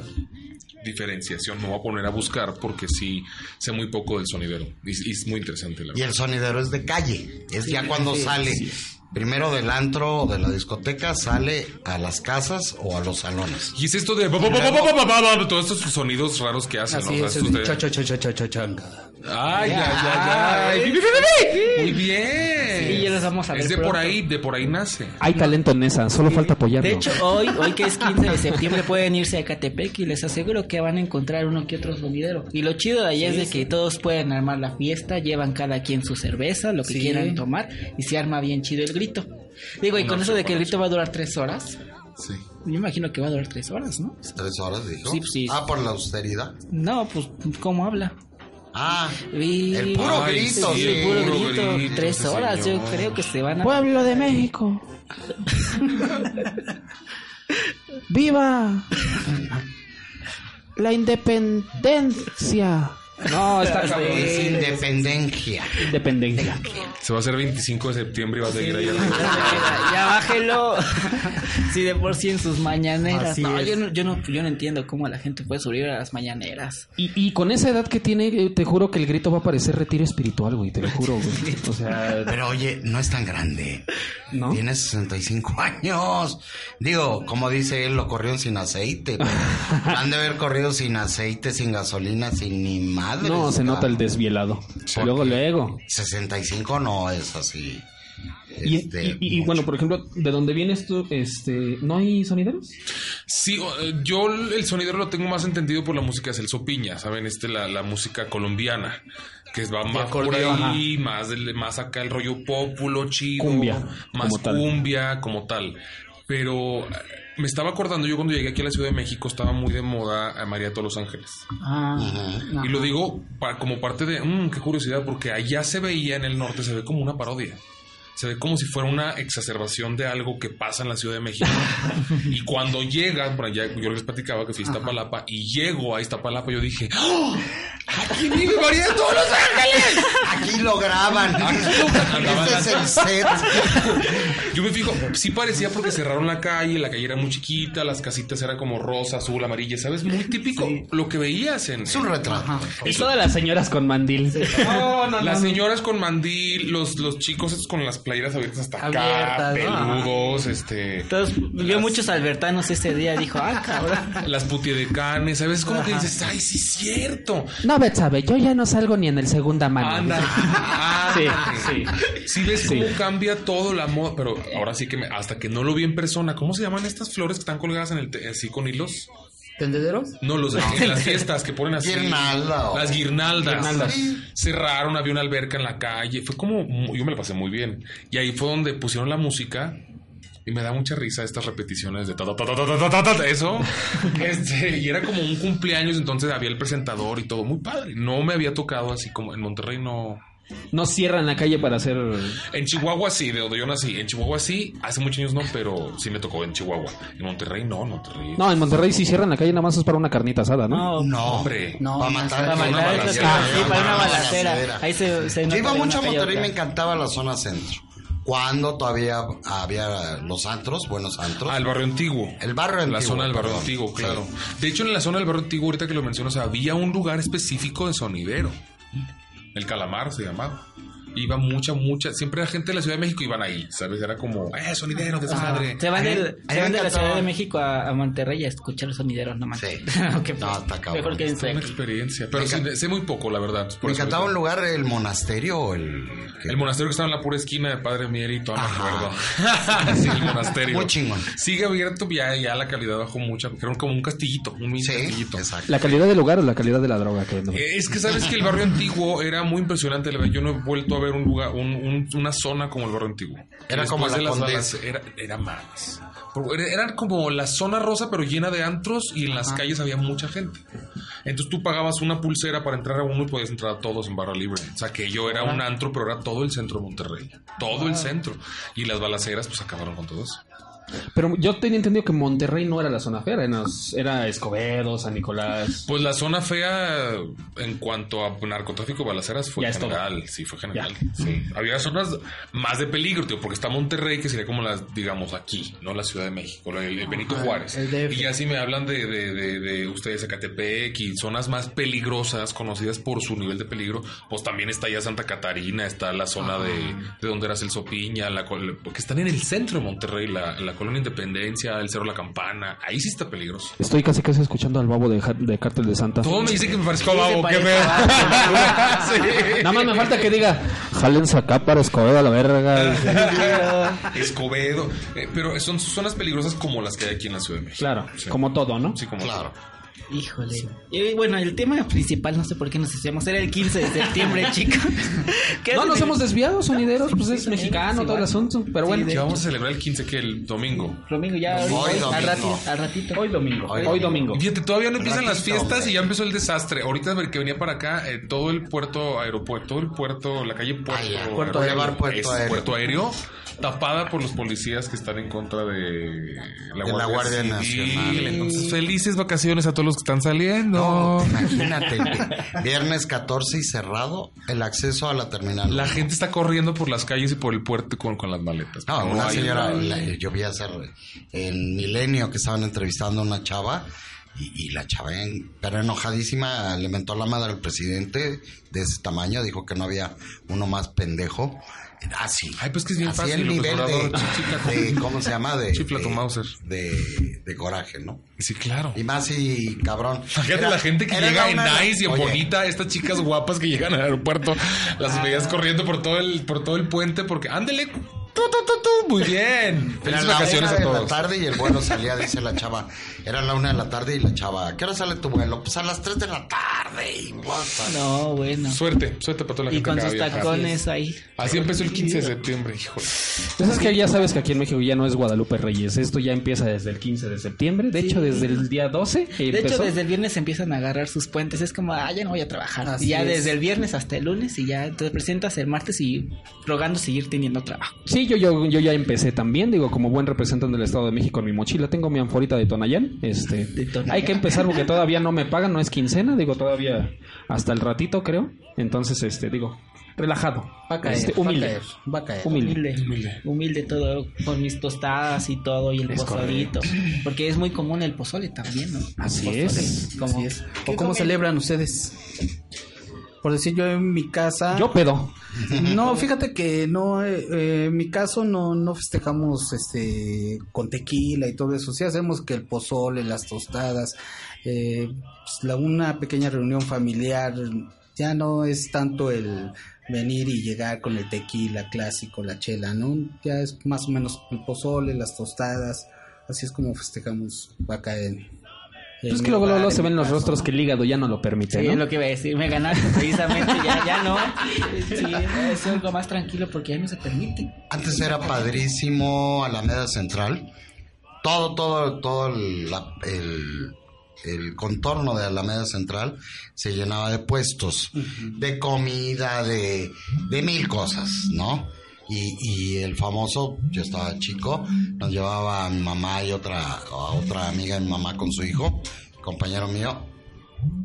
Speaker 10: diferenciación. Me voy a poner a buscar porque sí sé muy poco del sonidero. Y, y es muy interesante, la
Speaker 8: Y el
Speaker 10: verdad.
Speaker 8: sonidero es de calle. Es
Speaker 10: Sí,
Speaker 8: ya cuando
Speaker 10: sí,
Speaker 8: sale.
Speaker 10: sí.
Speaker 8: Primero del antro o de la discoteca, sale a las casas o a los salones.
Speaker 10: Y es esto de... "Ba, ba, ba, ba, ba, ba, ba", Todos estos sonidos raros que hacen. ¿no? O sea, estos de- Ay, ay, ay, ay. Muy bien.
Speaker 6: Sí, ya los vamos a ver
Speaker 10: Es de por
Speaker 6: pronto.
Speaker 10: ahí, de por ahí nace.
Speaker 3: Hay talento en Nesa, solo falta apoyarlo.
Speaker 6: De hecho, hoy, hoy que es 15 de septiembre, pueden irse a Catepec y les aseguro que van a encontrar uno que otro sonidero. Y lo chido de allá es de que todos pueden armar la fiesta, llevan cada quien su cerveza, lo que
Speaker 4: Sí.
Speaker 6: quieran tomar, y se arma bien chido el grito. Digo, y
Speaker 8: No
Speaker 6: con eso
Speaker 8: se
Speaker 6: de que el grito va a durar tres horas,
Speaker 8: Sí.
Speaker 6: yo imagino que va a durar tres horas, ¿no?
Speaker 8: ¿Tres horas, dijo?
Speaker 6: Sí, sí.
Speaker 8: Ah, por la austeridad.
Speaker 6: No, pues, ¿cómo habla?
Speaker 8: Ah,
Speaker 6: Y-
Speaker 8: el puro
Speaker 6: Ay,
Speaker 8: grito.
Speaker 6: sí,
Speaker 8: sí.
Speaker 6: el puro grito. tres
Speaker 8: sí,
Speaker 6: horas,
Speaker 8: señor.
Speaker 6: yo creo que se van a...
Speaker 15: Pueblo de México. ¡Viva! La independencia.
Speaker 3: No,
Speaker 8: está cabrón. Es independencia.
Speaker 3: Independencia.
Speaker 10: Se va a hacer 25 de septiembre y va a seguir allá.
Speaker 6: (laughs) Ya
Speaker 8: (laughs)
Speaker 6: bájelo. Sí, de por sí en sus mañaneras.
Speaker 3: Así
Speaker 6: No,
Speaker 3: es.
Speaker 6: yo no, yo no, yo no entiendo cómo la gente puede subir a las mañaneras.
Speaker 3: Y, y con esa edad que tiene, eh, te juro que el grito va a parecer retiro espiritual, güey, te lo juro, güey. O sea,
Speaker 8: Pero oye, no es tan grande. Tiene 65 (laughs) años. Digo, como dice él, lo corrieron
Speaker 3: (laughs)
Speaker 8: sin aceite. pero Han de haber corrido sin aceite, sin gasolina, sin ni madre.
Speaker 3: no, se nota el desvielado. Luego, luego.
Speaker 8: 65 no es así.
Speaker 3: Y,
Speaker 8: Este,
Speaker 3: y- y- y, bueno, por ejemplo, ¿de dónde vienes tú? Este, ¿No hay sonideros?
Speaker 10: Sí, o- eh, yo el sonidero lo tengo más entendido por la música de Celso Piña, ¿saben? Este, la, la música colombiana, que va más por
Speaker 3: acordeón,
Speaker 10: ahí, más, del- más acá el rollo populo, chido,
Speaker 3: Cumbia,
Speaker 10: más
Speaker 3: como tal.
Speaker 10: cumbia como tal. Pero eh, me estaba acordando, yo cuando llegué aquí a la Ciudad de México estaba muy de moda a María de los Ángeles.
Speaker 3: Ah,
Speaker 10: Y lo digo pa- como parte de, mmm, qué curiosidad, porque allá se veía en el norte, se ve como una parodia. Se ve como si fuera una exacerbación de algo que pasa en la Ciudad de (laughs) México. y cuando llegan, por allá, yo les platicaba que fui a Iztapalapa y llego a Iztapalapa, yo dije, ¡Oh! ¡Aquí vive María de todos los ángeles!
Speaker 8: Aquí lo graban.
Speaker 10: Andaban
Speaker 8: Este
Speaker 10: las-
Speaker 8: es el set.
Speaker 10: Yo me fijo, sí parecía porque cerraron la calle, la calle era muy chiquita, las casitas eran como rosa, azul, amarilla, ¿sabes? Muy típico lo que veías en... Es un
Speaker 8: retrato.
Speaker 3: Y todas las señoras con mandil.
Speaker 10: No, no, no, las señoras con mandil, los, los chicos estos con las playeras abiertas hasta acá,
Speaker 6: Abiertas, ¿no?
Speaker 10: peludos, este,
Speaker 6: Entonces, vio muchos albertanos ese día, dijo, ah, cabrón.
Speaker 10: las putiedecanes, a veces como que
Speaker 3: Ajá.
Speaker 10: dices, ay, sí es cierto.
Speaker 3: (laughs) No, Beth sabe, yo ya no salgo ni en el segunda mano.
Speaker 6: Ah,
Speaker 10: Anda.
Speaker 3: Sí,
Speaker 10: (laughs) sí. Si ves cómo cambia todo la moda, pero ahora sí que me- hasta que no lo vi en persona, ¿cómo se llaman estas flores que están colgadas en el te- así con hilos?
Speaker 11: ¿Tendederos?
Speaker 10: No, los de en las fiestas que ponen así.
Speaker 11: Guirnalda.
Speaker 10: Las guirnaldas.
Speaker 11: Guirnaldas.
Speaker 10: Cerraron, había una alberca en la calle. Fue como. mu- Yo me la pasé muy bien. Y ahí fue donde pusieron la música. Y me da mucha risa estas repeticiones de ta, ta, ta, ta, ta, ta, ta,
Speaker 11: (laughs)
Speaker 10: ta, eso. Este, y era como un cumpleaños, entonces había el presentador y todo. Muy padre. No me había tocado así como en Monterrey, no.
Speaker 3: No cierran la calle para hacer.
Speaker 10: En Chihuahua sí, de donde yo nací. En Chihuahua sí, hace muchos años no, pero sí me tocó en Chihuahua. En Monterrey no, en Monterrey.
Speaker 3: No, en Monterrey sí cierran la calle, nada más es para una carnita asada, ¿no?
Speaker 8: No,
Speaker 10: hombre.
Speaker 8: No, para matar
Speaker 6: para
Speaker 8: una
Speaker 6: matar,
Speaker 8: balacera.
Speaker 6: sí, para una balacera. Ahí se- se
Speaker 8: Yo
Speaker 6: nota
Speaker 8: iba
Speaker 6: de
Speaker 8: mucho a
Speaker 6: una calle a
Speaker 8: Monterrey y
Speaker 6: otra.
Speaker 8: me encantaba la zona centro. Cuando todavía había los antros, buenos antros.
Speaker 10: Al Ah, barrio antiguo.
Speaker 8: El barrio antiguo.
Speaker 10: La zona del barrio
Speaker 8: perdón.
Speaker 10: antiguo,
Speaker 8: Sí.
Speaker 10: claro. De hecho, en la zona del barrio antiguo, ahorita que lo mencionas, había un lugar específico de sonidero. El Calamar se llamaba. Iba mucha, mucha. Siempre la gente de la Ciudad de México iban ahí, ¿sabes? Era como, ¡eh, sonidero, qué
Speaker 6: Ajá.
Speaker 10: madre!
Speaker 6: Se van, de, se van de la Ciudad de México
Speaker 10: México.
Speaker 6: a, a Monterrey a escuchar los sonideros nomás. (laughs)
Speaker 8: no, está cabrón.
Speaker 6: pues, Mejor quédense
Speaker 10: Fue una
Speaker 6: aquí.
Speaker 10: experiencia. Pero
Speaker 8: Me
Speaker 10: sí, sé muy poco, la verdad. Por
Speaker 8: Me
Speaker 10: eso
Speaker 8: encantaba
Speaker 10: ahorita-
Speaker 8: un lugar, el monasterio, el...
Speaker 10: El monasterio que estaba en la pura esquina de Padre Mier y todo,
Speaker 8: (laughs)
Speaker 10: me acuerdo. sí, el monasterio.
Speaker 8: Muy chingón.
Speaker 10: Sigue abierto, ya, ya la calidad bajó mucha, porque era como un castillito, un mini castillito.
Speaker 3: ¿La calidad del lugar o la calidad de la droga que venden?
Speaker 10: Eh, Es que sabes que el barrio antiguo era muy impresionante. la verdad. Yo no he vuelto a ver un lugar, un- un- una zona como el barrio antiguo.
Speaker 8: Era
Speaker 10: Después
Speaker 8: como la
Speaker 10: de las
Speaker 8: Condesa.
Speaker 10: balas, Era, era más. Porque Era, era como la zona rosa, pero llena de antros y en las calles había mucha gente. Entonces tú pagabas una pulsera para entrar a uno y podías entrar a todos en barra libre. O sea que yo era un antro, pero era todo el centro de Monterrey. Todo
Speaker 8: Ah.
Speaker 10: el centro. Y las balaceras pues acabaron con todos.
Speaker 3: Pero yo tenía entendido que Monterrey no era la zona fea, era, era Escobedo, San Nicolás.
Speaker 10: Pues la zona fea en cuanto a narcotráfico, balaceras fue
Speaker 3: Ya es todo.
Speaker 10: general, sí fue general. Sí. Había zonas más de peligro, tío, porque está Monterrey, que sería como las, digamos, aquí, no la Ciudad de México, el, el Benito
Speaker 11: Ajá,
Speaker 10: Juárez.
Speaker 11: el DF.
Speaker 10: Y ya si me hablan de, de, de, de ustedes, Zacatepec y zonas más peligrosas, conocidas por su nivel de peligro, pues también está ya Santa Catarina, está la zona de, de donde era Celso Piña, la col- porque están en el centro de Monterrey, la, la colonia Independencia, el Cerro La Campana, ahí sí está peligroso.
Speaker 3: Estoy casi casi escuchando al babo de, Ja- de Cártel de Santa.
Speaker 10: Todo me dice que me parezco a Babo,
Speaker 3: Sí,
Speaker 10: qué
Speaker 3: se
Speaker 10: feo. (laughs)
Speaker 3: Nada más me falta que diga, jálense acá para Escobedo a la verga. (laughs)
Speaker 10: Escobedo. Eh, pero son zonas peligrosas como las que hay aquí en la Ciudad de México.
Speaker 3: Claro, como todo, ¿no?
Speaker 10: Sí, como
Speaker 8: claro.
Speaker 6: Híjole. Y bueno, el tema principal, no sé por qué nos hacíamos, era el 15 de septiembre, chicos. ¿Qué
Speaker 3: No
Speaker 6: hacen
Speaker 3: nos
Speaker 6: el-
Speaker 3: hemos desviado, sonideros, pues es mexicano,
Speaker 6: sí,
Speaker 3: todo el
Speaker 6: va.
Speaker 3: asunto. Pero bueno,
Speaker 10: Que vamos a celebrar el 15 que el domingo.
Speaker 6: Domingo ya,
Speaker 10: Hoy
Speaker 6: hoy,
Speaker 10: domingo.
Speaker 6: al, ratito, al ratito.
Speaker 3: Hoy domingo.
Speaker 10: Hoy
Speaker 3: Hoy domingo.
Speaker 10: Fíjate, todavía no empiezan las
Speaker 3: Ratito,
Speaker 10: fiestas
Speaker 3: hombre.
Speaker 10: y ya empezó el desastre. Ahorita ver que venía para acá, eh, todo el puerto aeropuerto, todo el puerto, la calle puerto,
Speaker 8: Ah, ya. Puerto
Speaker 10: aéreo,
Speaker 8: Boulevard, puerto
Speaker 10: es
Speaker 8: aéreo.
Speaker 10: puerto aéreo, tapada por los policías que están en contra de la
Speaker 8: De la
Speaker 10: Guardia,
Speaker 8: Guardia
Speaker 10: Civil.
Speaker 8: Nacional.
Speaker 10: Entonces, felices vacaciones a todos los que están saliendo.
Speaker 8: Imagínate, vi- viernes 14 y cerrado el acceso a la terminal.
Speaker 10: La gente está corriendo por las calles y por el puerto con, con las maletas.
Speaker 8: No, Ah, una
Speaker 10: hay
Speaker 8: señora,
Speaker 10: nadie.
Speaker 8: la- yo vi hacer en Milenio que estaban entrevistando a una chava y, y la chava, en- pero enojadísima, le mentó la madre al presidente de ese tamaño, dijo que no había uno más pendejo. Así.
Speaker 10: Ay, pues que es bien
Speaker 8: así
Speaker 10: fácil,
Speaker 8: el
Speaker 10: López
Speaker 8: nivel de,
Speaker 10: Obrador, chifla tu-
Speaker 8: de- ¿cómo se llama? De,
Speaker 10: Chifla tu
Speaker 8: de-
Speaker 10: Mauser.
Speaker 8: de- de coraje, ¿no?
Speaker 10: Sí, claro.
Speaker 8: Y más y cabrón.
Speaker 10: Fíjate
Speaker 8: Era-
Speaker 10: la gente que
Speaker 8: era
Speaker 10: llega en
Speaker 8: una-
Speaker 10: nice y en
Speaker 8: Oye, Ah.
Speaker 10: bonita, estas chicas guapas que llegan al aeropuerto, las veías corriendo por todo el por todo el puente porque ándele. tu, tu, tu, tu, muy bien.
Speaker 8: (laughs) Era
Speaker 10: Felices
Speaker 8: la una
Speaker 10: vacaciones a
Speaker 8: de
Speaker 10: todos.
Speaker 8: la tarde y el vuelo salía, dice la chava. Era la una de la tarde y la chava. ¿A qué hora sale tu vuelo? Pues a las tres de la tarde. Y guapa.
Speaker 6: No, bueno.
Speaker 10: Suerte, suerte para toda la
Speaker 6: Y
Speaker 10: gente.
Speaker 6: con
Speaker 10: que va
Speaker 6: sus
Speaker 10: a viajar.
Speaker 6: tacones ahí.
Speaker 10: Así empezó el 15 de septiembre, híjole.
Speaker 3: Entonces Pues es que ya sabes que aquí en México ya no es Guadalupe Reyes. Esto ya empieza desde el 15 de septiembre. De hecho, desde el día 12.
Speaker 6: De hecho, desde el viernes empiezan a agarrar sus puentes. Es como, ah, ya no voy a trabajar.
Speaker 3: Así
Speaker 6: y ya
Speaker 3: es.
Speaker 6: desde el viernes hasta el lunes y ya te presentas el martes y rogando seguir teniendo trabajo.
Speaker 3: Sí, yo, yo, yo ya empecé también, digo, como buen representante del Estado de México en mi mochila, tengo mi anforita de Tonayán. Este, Hay que empezar porque todavía no me pagan, no es quincena, digo, todavía hasta el ratito creo. Entonces, este, digo, relajado,
Speaker 6: Va a caer,
Speaker 3: este,
Speaker 6: va a
Speaker 3: humilde,
Speaker 6: caer,
Speaker 11: va a caer.
Speaker 3: humilde.
Speaker 6: Humilde. Humilde todo, con mis tostadas y todo, y el
Speaker 3: Es
Speaker 6: pozolito. Porque es muy común el pozole también, ¿no?
Speaker 3: Así
Speaker 6: Pozole,
Speaker 3: es.
Speaker 6: como-
Speaker 11: ¿O cómo celebran ustedes? Por decir, yo en mi casa.
Speaker 3: Yo pedo.
Speaker 11: (laughs)
Speaker 6: Ah,
Speaker 11: No, fíjate que no, eh, eh, en mi caso no, no festejamos este con tequila y todo eso. Sí hacemos que el pozole, las tostadas, eh, pues, la, una pequeña reunión familiar. Ya no es tanto el venir y llegar con el tequila clásico, la chela, ¿no? Ya es más o menos el pozole, las tostadas. Así es como festejamos acá en...
Speaker 8: Pues
Speaker 11: en
Speaker 3: Pues Es
Speaker 11: mi
Speaker 3: que luego, luego
Speaker 11: hogar,
Speaker 3: se
Speaker 11: en
Speaker 3: ven
Speaker 11: mi
Speaker 3: los
Speaker 11: casa.
Speaker 3: rostros que el hígado ya no lo permite,
Speaker 6: Sí, es
Speaker 3: ¿no?
Speaker 6: lo que iba a decir. Me ganaste precisamente, ya, ya no. (laughs) Sí, es algo más tranquilo porque ya no se permite.
Speaker 8: Antes era padrísimo Alameda Central. Todo, todo, todo el, la- el- el contorno de Alameda Central se llenaba de puestos, de comida, de, de mil cosas, ¿no? Y, y el famoso, yo estaba chico, nos llevaba a mi mamá y otra, a otra amiga de mi mamá con su hijo, compañero mío,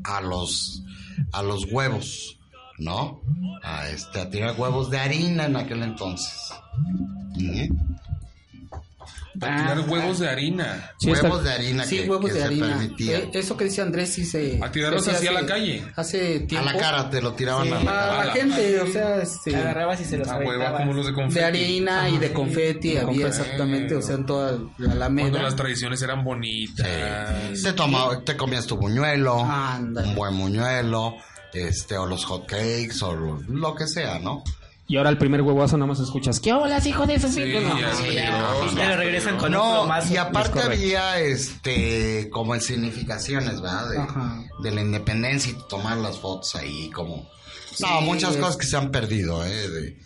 Speaker 8: a los, a los huevos. ¿no? A, este, a tirar huevos de harina en aquel entonces. Ujú.
Speaker 6: Ah.
Speaker 10: A tirar huevos de harina.
Speaker 11: Sí,
Speaker 8: huevos
Speaker 11: está-
Speaker 8: de harina
Speaker 11: Sí,
Speaker 8: que,
Speaker 11: huevos
Speaker 8: que
Speaker 11: de
Speaker 8: se
Speaker 11: harina.
Speaker 8: permitía.
Speaker 11: Eh, Eso que dice Andrés sí se...
Speaker 10: A tirarlos
Speaker 11: se hace-
Speaker 10: hacia la calle.
Speaker 11: Hace eh, tiempo.
Speaker 8: A la cara te lo tiraban
Speaker 11: Sí,
Speaker 8: a
Speaker 11: a
Speaker 8: la cara.
Speaker 11: la gente, o sea, este,
Speaker 6: Agarrabas y se los
Speaker 10: A Ah, hueva, como los de confeti.
Speaker 11: de harina y de confeti
Speaker 10: De
Speaker 11: había
Speaker 10: confeti.
Speaker 11: exactamente, o sea, en toda la
Speaker 10: Cuando
Speaker 11: alameda.
Speaker 10: las tradiciones eran
Speaker 11: Ah,
Speaker 10: bonitas.
Speaker 8: Te, toma- te comías tu buñuelo,
Speaker 11: Ándale.
Speaker 8: un buen buñuelo, este, o los hot cakes, o lo, lo que sea, ¿no?
Speaker 3: Y ahora el primer huevazo nada más escuchas. ¿Qué olas, hijo de su
Speaker 8: Sí,
Speaker 3: No,
Speaker 8: ya es
Speaker 3: sí,
Speaker 8: peligroso,
Speaker 3: ya.
Speaker 8: ya es
Speaker 6: un
Speaker 8: no,
Speaker 6: plomazo.
Speaker 8: y
Speaker 3: Es
Speaker 8: aparte
Speaker 3: correcto.
Speaker 8: había este como en significaciones, ¿verdad? De, de la independencia y tomar las fotos ahí como no,
Speaker 11: Sí,
Speaker 8: muchas
Speaker 11: es-
Speaker 8: cosas que se han perdido, ¿eh? de-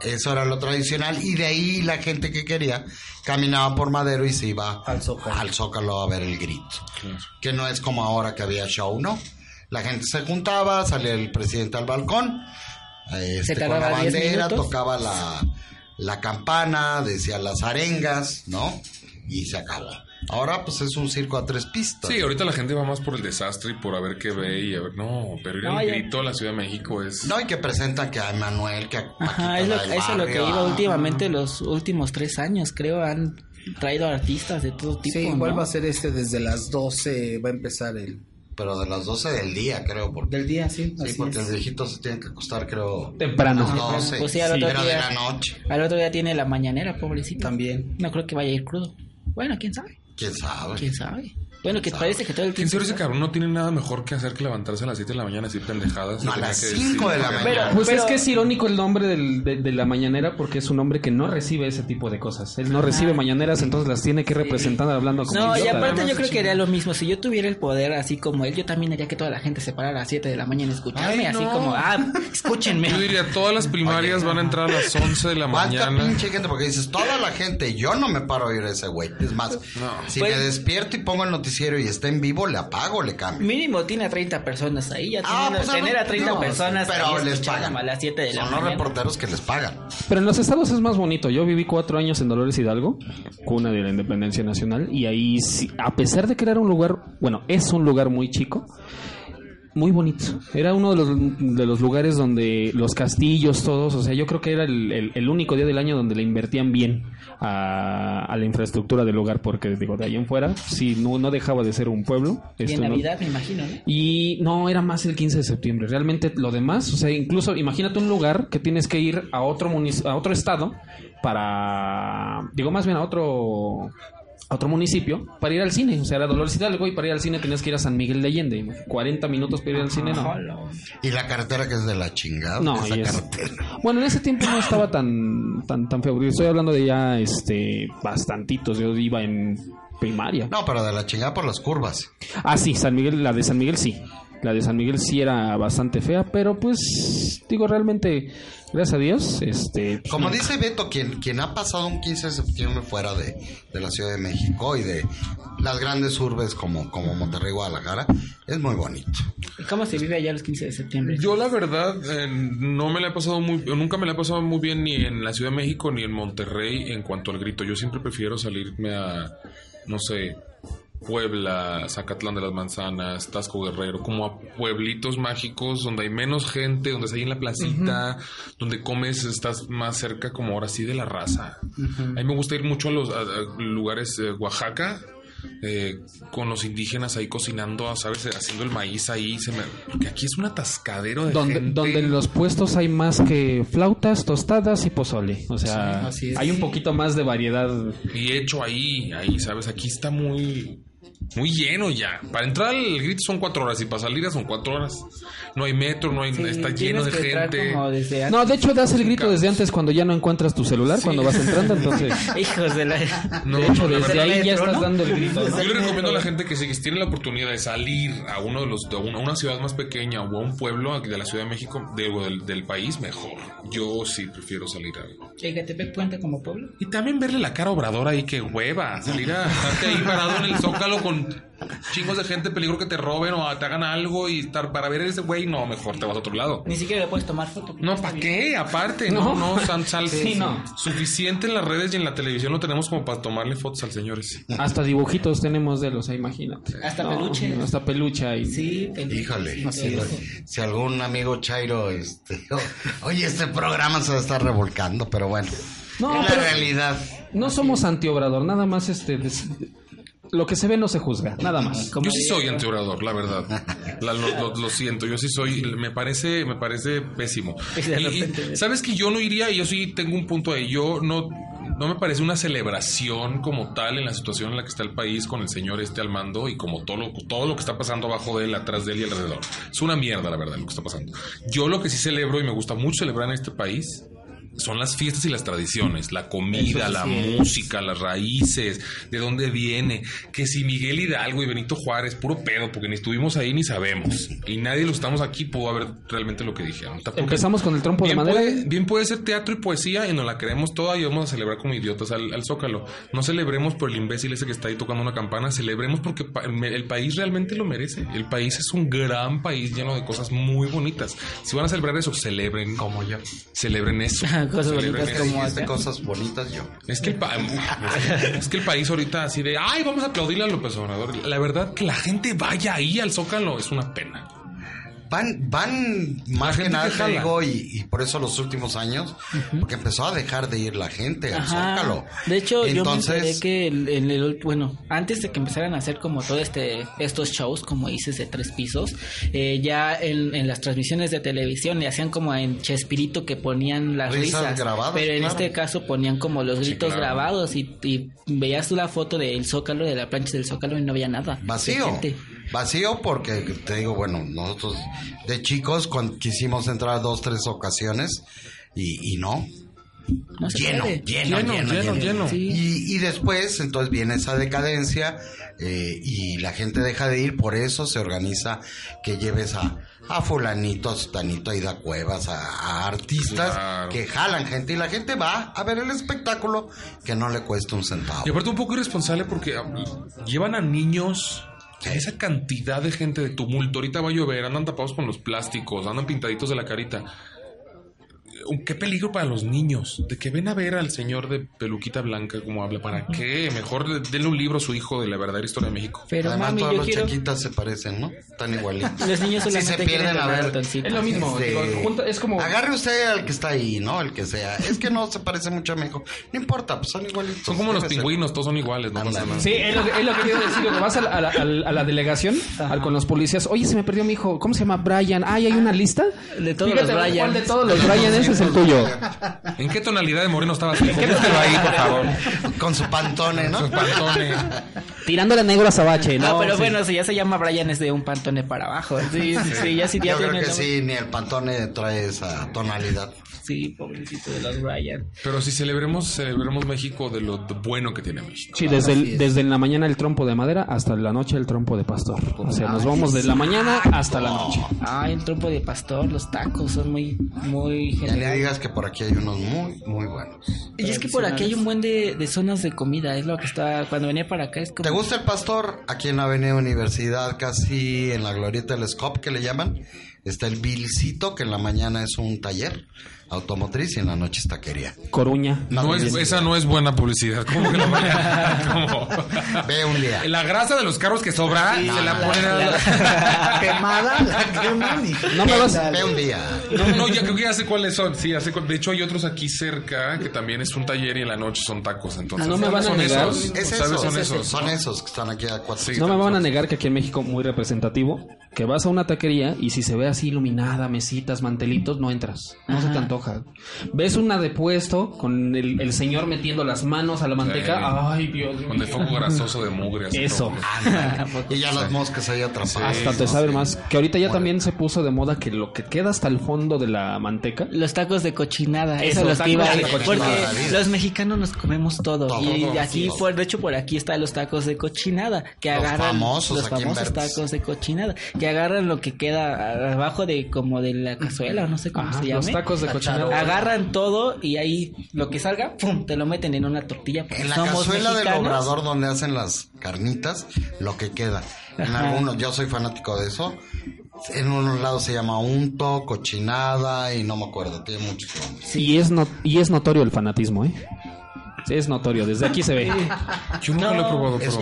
Speaker 8: eso era lo tradicional y de ahí la gente que quería caminaba por Madero y se iba al Zócalo, a ver el grito. Que no es como ahora que había show, ¿no? La gente se juntaba, salía el presidente al balcón, este, con la
Speaker 11: tardaba 10
Speaker 8: bandera,
Speaker 11: minutos.
Speaker 8: tocaba la, la campana, decía las arengas, ¿no? Y se acabó. Ahora pues es un circo a tres pistas.
Speaker 10: Sí, ahorita la gente va más por el desastre y por a ver qué ve y a ver. No, pero ir
Speaker 8: No,
Speaker 10: al
Speaker 8: ya-
Speaker 10: grito a la Ciudad de México es.
Speaker 8: No, y que presentan que a Manuel, que a
Speaker 6: Ajá, es lo, eso es lo que iba últimamente los últimos tres años, creo, han traído artistas de todo tipo.
Speaker 11: Sí, igual
Speaker 6: ¿no?
Speaker 11: va a ser este desde las 12, va a empezar el...
Speaker 8: Pero de las 12 del día, creo. Porque,
Speaker 11: del día, sí.
Speaker 8: Sí, porque los viejitos se tienen que acostar, creo.
Speaker 3: Temprano.
Speaker 8: a las 12,
Speaker 6: Pues sí, al otro
Speaker 8: pero de
Speaker 6: día.
Speaker 8: la noche.
Speaker 6: Al otro día tiene la mañanera, pobrecito.
Speaker 11: También.
Speaker 6: No creo que vaya a ir crudo. Bueno, quién sabe.
Speaker 8: ¿Quién sabe?
Speaker 6: ¿Quién sabe? Bueno, que parece que todo el
Speaker 10: ¿Quién
Speaker 6: tiempo...
Speaker 10: sabe ese cabrón no tiene nada mejor que hacer que levantarse a las 7 de la mañana y decir pendejadas?
Speaker 8: No, a
Speaker 10: Tenía
Speaker 8: las
Speaker 10: que
Speaker 8: 5 de la
Speaker 10: decir-
Speaker 8: mañana.
Speaker 3: Pues es que es irónico el nombre del- de, de la mañanera porque es un hombre que no recibe ese tipo de cosas. Él no recibe mañaneras, entonces las tiene que representar hablando como
Speaker 6: No, y
Speaker 3: idiota.
Speaker 6: aparte yo creo que haría lo mismo. Si yo tuviera el poder así como él, yo también haría que toda la gente se parara a las 7 de la mañana a escucharme,
Speaker 10: Ay,
Speaker 6: así
Speaker 10: no.
Speaker 6: como, ah, escúchenme.
Speaker 10: Yo diría, todas las primarias van a entrar a las 11 de la
Speaker 8: Falta
Speaker 10: mañana.
Speaker 8: pinche gente porque dices, toda la gente, yo no me paro a oír a ese güey. Es más, si
Speaker 6: Pues-
Speaker 8: me despierto y pongo el noticiero y está en vivo, le apago, le cambio.
Speaker 6: Mínimo tiene a 30 personas ahí, ya
Speaker 8: Ah,
Speaker 6: tiene-
Speaker 8: pues, ah,
Speaker 6: tener a 30
Speaker 8: no,
Speaker 6: personas
Speaker 8: pero
Speaker 6: ahí
Speaker 8: les
Speaker 6: escuchando
Speaker 8: pagan.
Speaker 6: a las 7 de la
Speaker 10: Pues,
Speaker 8: Son los
Speaker 6: mañana.
Speaker 8: reporteros que les pagan.
Speaker 3: Pero en los estados es más bonito. Yo viví cuatro años en Dolores Hidalgo, cuna de la independencia nacional, y ahí, sí- a pesar de que era un lugar, bueno, es un lugar muy chico, muy bonito. Era uno de los, de los lugares donde los castillos, todos, o sea, yo creo que era el, el- el único día del año donde le invertían bien a, a la infraestructura del lugar, porque digo, de ahí en fuera, sí, no, no dejaba de ser un pueblo.
Speaker 6: Y en
Speaker 3: Esto no-
Speaker 6: Navidad, me imagino, ¿no?
Speaker 3: y no, era más el 15 de septiembre. Realmente lo demás, o sea, incluso imagínate un lugar que tienes que ir a otro munici- a otro estado para, digo más bien a otro a otro municipio para ir al cine. O sea, era Dolores Hidalgo y para ir al cine tenías que ir a San Miguel de Allende. 40 minutos para ir al cine, no.
Speaker 8: Y la carretera que es de la chingada.
Speaker 3: No,
Speaker 8: esa
Speaker 3: y es-
Speaker 8: carretera.
Speaker 3: Bueno, en ese tiempo no estaba tan tan tan feo. Estoy hablando de ya este bastantitos. Yo iba en primaria.
Speaker 8: No, pero de la chingada por las curvas.
Speaker 3: Ah, sí, San Miguel, la de San Miguel sí. La de San Miguel sí era bastante fea, pero pues digo realmente, gracias a Dios, este... pues,
Speaker 8: Como
Speaker 3: no.
Speaker 8: dice Beto, quien, quien ha pasado un 15 de septiembre fuera de, de la Ciudad de México y de las grandes urbes como, como Monterrey, Guadalajara, es muy bonito.
Speaker 6: ¿Cómo se vive allá los 15 de septiembre?
Speaker 10: Yo la verdad eh, no me la he pasado muy, nunca me la he pasado muy bien ni en la Ciudad de México ni en Monterrey en cuanto al grito. Yo siempre prefiero salirme a, no sé, Puebla, Zacatlán de las Manzanas, Tasco Guerrero, como a pueblitos mágicos donde hay menos gente, donde estás ahí en la placita, donde comes, estás más cerca como ahora sí de la raza. A mí me gusta ir mucho a los a- a lugares eh, Oaxaca. eh, con los indígenas ahí cocinando, ¿sabes? Haciendo el maíz ahí. Se me... Porque aquí es un atascadero de
Speaker 3: Donde,
Speaker 10: gente.
Speaker 3: donde en los puestos hay más que flautas, tostadas y pozole. O sea,
Speaker 10: Sí, así es.
Speaker 3: hay un poquito más de variedad.
Speaker 10: Y hecho ahí, ahí, ¿sabes? Aquí está muy... Muy lleno ya. Para entrar al grito son cuatro horas y para salir ya son cuatro horas. No hay metro, no hay... está lleno de
Speaker 6: tienes que entrar
Speaker 10: gente.
Speaker 6: como desde antes.
Speaker 3: No, de hecho das el grito desde antes cuando ya no encuentras tu celular, cuando vas entrando, entonces...
Speaker 6: Hijos de la...
Speaker 10: No,
Speaker 3: de hecho,
Speaker 10: no, la
Speaker 3: desde
Speaker 10: verdad-
Speaker 3: ahí ya estás dando el grito.
Speaker 10: (laughs)
Speaker 3: ¿no?
Speaker 10: Yo le recomiendo a la gente que si tiene la oportunidad de salir a uno de los de una, una ciudad más pequeña o a un pueblo de la Ciudad de México de- o del, del país mejor. Yo sí prefiero salir a
Speaker 6: Ecatepec cuenta como pueblo.
Speaker 10: y también verle la cara obradora ahí que hueva, salir a estarte ahí parado en el zócalo solo con chingos de gente, peligro que te roben o te hagan algo y estar para ver a ese güey, no, mejor te vas a otro lado.
Speaker 6: Ni siquiera le puedes tomar foto.
Speaker 10: No, ¿para qué? Aparte, no, no, San Sal.
Speaker 3: Sí, no.
Speaker 10: Suficiente en las redes y en la televisión lo tenemos como para tomarle fotos al señores.
Speaker 3: Hasta dibujitos tenemos de los, ahí, imagínate.
Speaker 6: Hasta
Speaker 3: No,
Speaker 6: peluches.
Speaker 3: Hasta peluche ahí.
Speaker 6: Sí,
Speaker 8: Híjole,
Speaker 3: No sé.
Speaker 8: híjole. si algún amigo Chairo, este, (laughs) oye, este programa se va a estar revolcando, pero bueno,
Speaker 3: No,
Speaker 8: es la
Speaker 3: pero-
Speaker 8: realidad.
Speaker 3: No somos antiobrador, nada más este. des- Lo que se ve no se juzga, nada más.
Speaker 10: Yo sí soy antiobrador, la verdad. La- lo, lo- lo siento, yo sí soy, me parece, me parece pésimo. Y- y Sabes que yo no iría, y yo sí tengo un punto ahí, yo no, no me parece una celebración como tal en la situación en la que está el país con el señor este al mando y como todo lo, todo lo que está pasando abajo de él, atrás de él y alrededor. Es una mierda, la verdad, lo que está pasando. Yo lo que sí celebro y me gusta mucho celebrar en este país son las fiestas y las tradiciones, la comida,
Speaker 3: Eso sí
Speaker 10: la
Speaker 3: es.
Speaker 10: música, las raíces, de dónde viene, que si Miguel Hidalgo y Benito Juárez, puro pedo, porque ni estuvimos ahí ni sabemos, y nadie lo estamos aquí, pudo haber realmente lo que dijeron. Tampoco-
Speaker 3: Empezamos con el trompo de
Speaker 10: Bien
Speaker 3: madera.
Speaker 6: pues.
Speaker 10: puede, bien puede ser teatro y poesía y nos la queremos toda y vamos a celebrar como idiotas al, al Zócalo. No celebremos por el imbécil ese que está ahí tocando una campana, celebremos porque pa- me- el país realmente lo merece. El país es un gran país lleno de cosas muy bonitas. Si van a celebrar eso, celebren. Como yo. Celebren eso.
Speaker 6: Cosas
Speaker 10: Celebren
Speaker 6: bonitas
Speaker 10: eso.
Speaker 6: como acá.
Speaker 8: Cosas bonitas yo.
Speaker 10: Es que, el pa- es que el país ahorita así de, ay, vamos a aplaudirle a López Obrador. La verdad, que la gente vaya ahí al Zócalo es una pena.
Speaker 8: Van, van más que
Speaker 10: gente
Speaker 8: nada,
Speaker 10: que
Speaker 8: te
Speaker 10: jala.
Speaker 8: digo, y, y por eso los últimos años, porque empezó a dejar de ir la gente al
Speaker 6: Ajá.
Speaker 8: Zócalo.
Speaker 6: De hecho, yo me enteré
Speaker 8: entonces,
Speaker 6: que el- en el, bueno, antes de que empezaran a hacer como todo este estos shows, como dices, de tres pisos, eh, ya en, en las transmisiones de televisión le hacían como en Chespirito que ponían las
Speaker 8: Risas
Speaker 6: risas,
Speaker 8: grabadas,
Speaker 6: pero en
Speaker 8: claro.
Speaker 6: este caso ponían como los gritos
Speaker 8: claro.
Speaker 6: grabados y, y veías tú la foto del Zócalo, de la plancha del Zócalo y no había nada. de
Speaker 8: vacío.
Speaker 6: gente.
Speaker 8: Vacío porque te digo, bueno, nosotros de chicos cuando quisimos entrar dos, tres ocasiones y, y no.
Speaker 6: No se
Speaker 8: lleno,
Speaker 6: puede.
Speaker 8: lleno, lleno, lleno,
Speaker 6: Sí.
Speaker 8: Y, y después, entonces viene esa decadencia eh, y la gente deja de ir, por eso se organiza que lleves a, a fulanito, a sutanito, a Ida Cuevas, a, a artistas
Speaker 10: Claro.
Speaker 8: que jalan gente y la gente va a ver el espectáculo que no le cuesta un centavo.
Speaker 10: Y aparte un poco irresponsable porque ah, llevan a niños a esa cantidad de gente de tumulto. Ahorita va a llover, andan tapados con los plásticos, andan pintaditos de la carita. Eh, Qué peligro para los niños. De que ven a ver al señor de peluquita blanca como habla. ¿Para qué? Mejor le- denle un libro a su hijo de la verdadera historia de México.
Speaker 6: Pero,
Speaker 8: Además,
Speaker 6: mami,
Speaker 8: todas
Speaker 6: yo
Speaker 8: las
Speaker 6: quiero-
Speaker 8: chaquitas se parecen, ¿no? Tan igualitas.
Speaker 6: Los
Speaker 8: (laughs)
Speaker 6: niños
Speaker 8: Sí
Speaker 6: solamente
Speaker 8: se
Speaker 6: quieren
Speaker 8: pierden a
Speaker 6: ganar
Speaker 8: ver.
Speaker 6: ratoncitos.
Speaker 3: Es lo mismo,
Speaker 8: Este,
Speaker 3: digo, junta- es como
Speaker 8: Agarre usted al que está ahí, ¿no? El que sea. Es que no se parece mucho a México. No importa, pues son igualitos.
Speaker 10: Son como los
Speaker 8: Debe ser.
Speaker 10: pingüinos, todos son iguales, no pasa nada.
Speaker 3: Sí, es lo, que- es lo que quiero decir. Cuando vas a la, a la- a la- a la delegación al- con los policías, oye, se me perdió mi hijo. ¿Cómo se llama? Brian. Ay, hay una lista.
Speaker 6: De todos
Speaker 3: Fíjate
Speaker 6: los
Speaker 3: cuál
Speaker 6: Brian.
Speaker 3: de todos los Brian ese es el tuyo.
Speaker 10: ¿En qué tonalidad de moreno estabas? Póngastelo ahí, por favor.
Speaker 8: Con su pantone, ¿no?
Speaker 10: Con su pantone.
Speaker 3: Tirándole negro a Sabache.
Speaker 6: No,
Speaker 3: No,
Speaker 6: Ah, pero
Speaker 3: Sí.
Speaker 6: bueno, si ya se llama Brian es de un pantone para abajo. Sí, sí, sí, ya sí, ya
Speaker 8: Yo creo
Speaker 6: tiene el
Speaker 8: que
Speaker 6: nombre.
Speaker 8: sí, ni el pantone trae esa tonalidad.
Speaker 6: Sí, pobrecito de los Brian.
Speaker 10: Pero si celebremos, celebremos México de lo bueno que tiene México.
Speaker 3: Sí, desde, el- desde la mañana el trompo de madera hasta la noche el trompo de pastor. O sea, nos
Speaker 6: Ay,
Speaker 3: vamos de la
Speaker 6: sí.
Speaker 3: mañana hasta la noche.
Speaker 6: Ay, el trompo de pastor, los tacos son muy, muy
Speaker 8: Ya le
Speaker 6: generales.
Speaker 8: digas que por aquí hay unos muy, muy buenos.
Speaker 6: Y es que por aquí hay un buen de, de zonas de comida, es lo que está, cuando venía para acá es como...
Speaker 8: ¿Te gusta el pastor? Aquí en la Avenida Universidad, casi en la glorieta del Scop, que le llaman, está el Vilcito, que en la mañana es un taller automotriz y en la noche
Speaker 6: (laughs)
Speaker 8: es taquería.
Speaker 3: Coruña.
Speaker 8: No,
Speaker 10: No es-
Speaker 8: bien.
Speaker 10: esa no es buena publicidad. ¿Cómo que no vaya? ¿Cómo?
Speaker 8: Ve un día.
Speaker 10: La grasa de los carros que sobra
Speaker 8: Sí,
Speaker 10: se la
Speaker 8: no,
Speaker 10: ponen a la-
Speaker 11: Quemada la queman y-
Speaker 3: No me vas-
Speaker 8: Ve un día.
Speaker 10: No, no, ya creo que ya sé cuáles son. Sí, ya sé cu- De hecho, hay otros aquí cerca que también es un taller y en la noche son tacos. Entonces,
Speaker 3: Ah, no me van a
Speaker 10: son
Speaker 3: negar.
Speaker 10: esos.
Speaker 8: Es
Speaker 10: ¿Sabes?
Speaker 8: eso,
Speaker 10: son
Speaker 8: es
Speaker 10: esos.
Speaker 8: eso. Son esos que están aquí a cuatro.
Speaker 10: Sí.
Speaker 3: No me van a negar que aquí en México muy representativo, que vas a una taquería y si se ve así iluminada, mesitas, mantelitos, no entras, no se te antoja. Ves una de puesto con el, el señor metiendo las manos a la manteca,
Speaker 10: Sí.
Speaker 3: ay Dios mío.
Speaker 10: Con el foco grasoso de mugre. (laughs) así
Speaker 3: Eso.
Speaker 10: todo.
Speaker 8: Y ya las moscas ahí atrapadas.
Speaker 3: Hasta te
Speaker 8: ¿no?
Speaker 3: sabe más. Que ahorita ya
Speaker 8: Bueno.
Speaker 3: también se puso de moda que lo que queda hasta el fondo de la manteca.
Speaker 6: Los tacos de cochinada,
Speaker 3: Eso,
Speaker 6: eso los que
Speaker 3: tacos
Speaker 6: iba a
Speaker 3: de
Speaker 6: decir,
Speaker 3: cochinada.
Speaker 6: Porque
Speaker 8: Maravilla.
Speaker 6: los mexicanos nos comemos todo.
Speaker 8: Todo,
Speaker 6: y
Speaker 8: todo,
Speaker 6: aquí,
Speaker 8: todo.
Speaker 6: por, de hecho, por aquí están los tacos de cochinada. Que
Speaker 8: Los
Speaker 6: agarran
Speaker 8: famosos
Speaker 6: los
Speaker 8: aquí en
Speaker 6: famosos
Speaker 8: Verdes.
Speaker 6: tacos de cochinada. Que agarran lo que queda abajo de como de la cazuela, o no sé cómo
Speaker 3: Ajá,
Speaker 6: se llama.
Speaker 3: los tacos de
Speaker 8: La
Speaker 6: cochinada. Agarran todo y ahí lo que salga, pum, te lo meten en una tortilla. porque
Speaker 8: En la
Speaker 6: somos
Speaker 8: cazuela del
Speaker 6: mexicanos.
Speaker 8: obrador donde hacen las carnitas, lo que queda. En
Speaker 6: Ajá.
Speaker 8: algunos, yo soy fanático de eso. En unos lados se llama unto, cochinada y no me acuerdo, tiene muchos nombres.
Speaker 3: Y, es no- y es notorio el fanatismo, ¿eh? Sí, es notorio, desde aquí se ve.
Speaker 10: Yo
Speaker 6: No,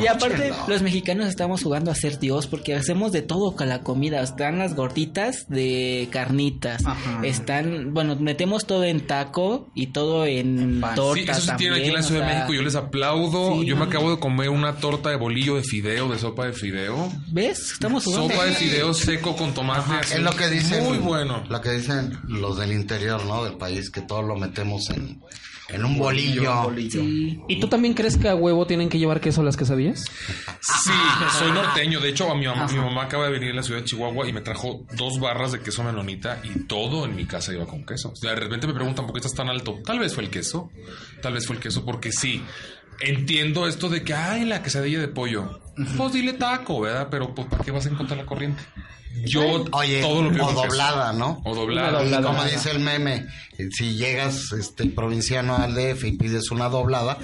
Speaker 6: Y aparte,
Speaker 3: Escúchenlo.
Speaker 6: los mexicanos estamos jugando a ser Dios porque hacemos de todo con la comida. Están las gorditas de carnitas. Están, bueno, metemos todo en taco y todo en torta.
Speaker 10: sí, eso sí tienen aquí en
Speaker 6: también, o
Speaker 10: la Ciudad de
Speaker 6: sea,
Speaker 10: México. Yo les aplaudo.
Speaker 6: Sí.
Speaker 10: Yo me acabo de comer una torta de bolillo de fideo, de sopa de fideo.
Speaker 6: ¿Ves? Estamos jugando.
Speaker 10: Sopa de fideo seco con tomate. así.
Speaker 8: Es lo que dicen.
Speaker 10: Ah, Muy bueno.
Speaker 8: Lo que dicen los del interior, ¿no? Del país, que todo lo metemos en, en un bolillo.
Speaker 3: ¿Y tú también crees que a huevo tienen que llevar queso las quesadillas?
Speaker 10: Sí, soy norteño. De hecho, a mi, mamá, mi mamá acaba de venir a la ciudad de Chihuahua y me trajo dos barras de queso menonita y todo en mi casa iba con queso. O sea, de repente me preguntan por qué estás tan alto. Tal vez fue el queso. Tal vez fue el queso porque sí. Entiendo esto de que, ay, la quesadilla de pollo. Pues dile taco, ¿verdad? Pero pues, ¿para qué vas a encontrar la corriente? Yo
Speaker 8: Oye,
Speaker 10: todo lo pido
Speaker 8: o
Speaker 10: con queso.
Speaker 8: doblada, ¿no?
Speaker 10: O doblada.
Speaker 8: Y como dice el meme, eh, si llegas este provinciano al DF y pides una doblada,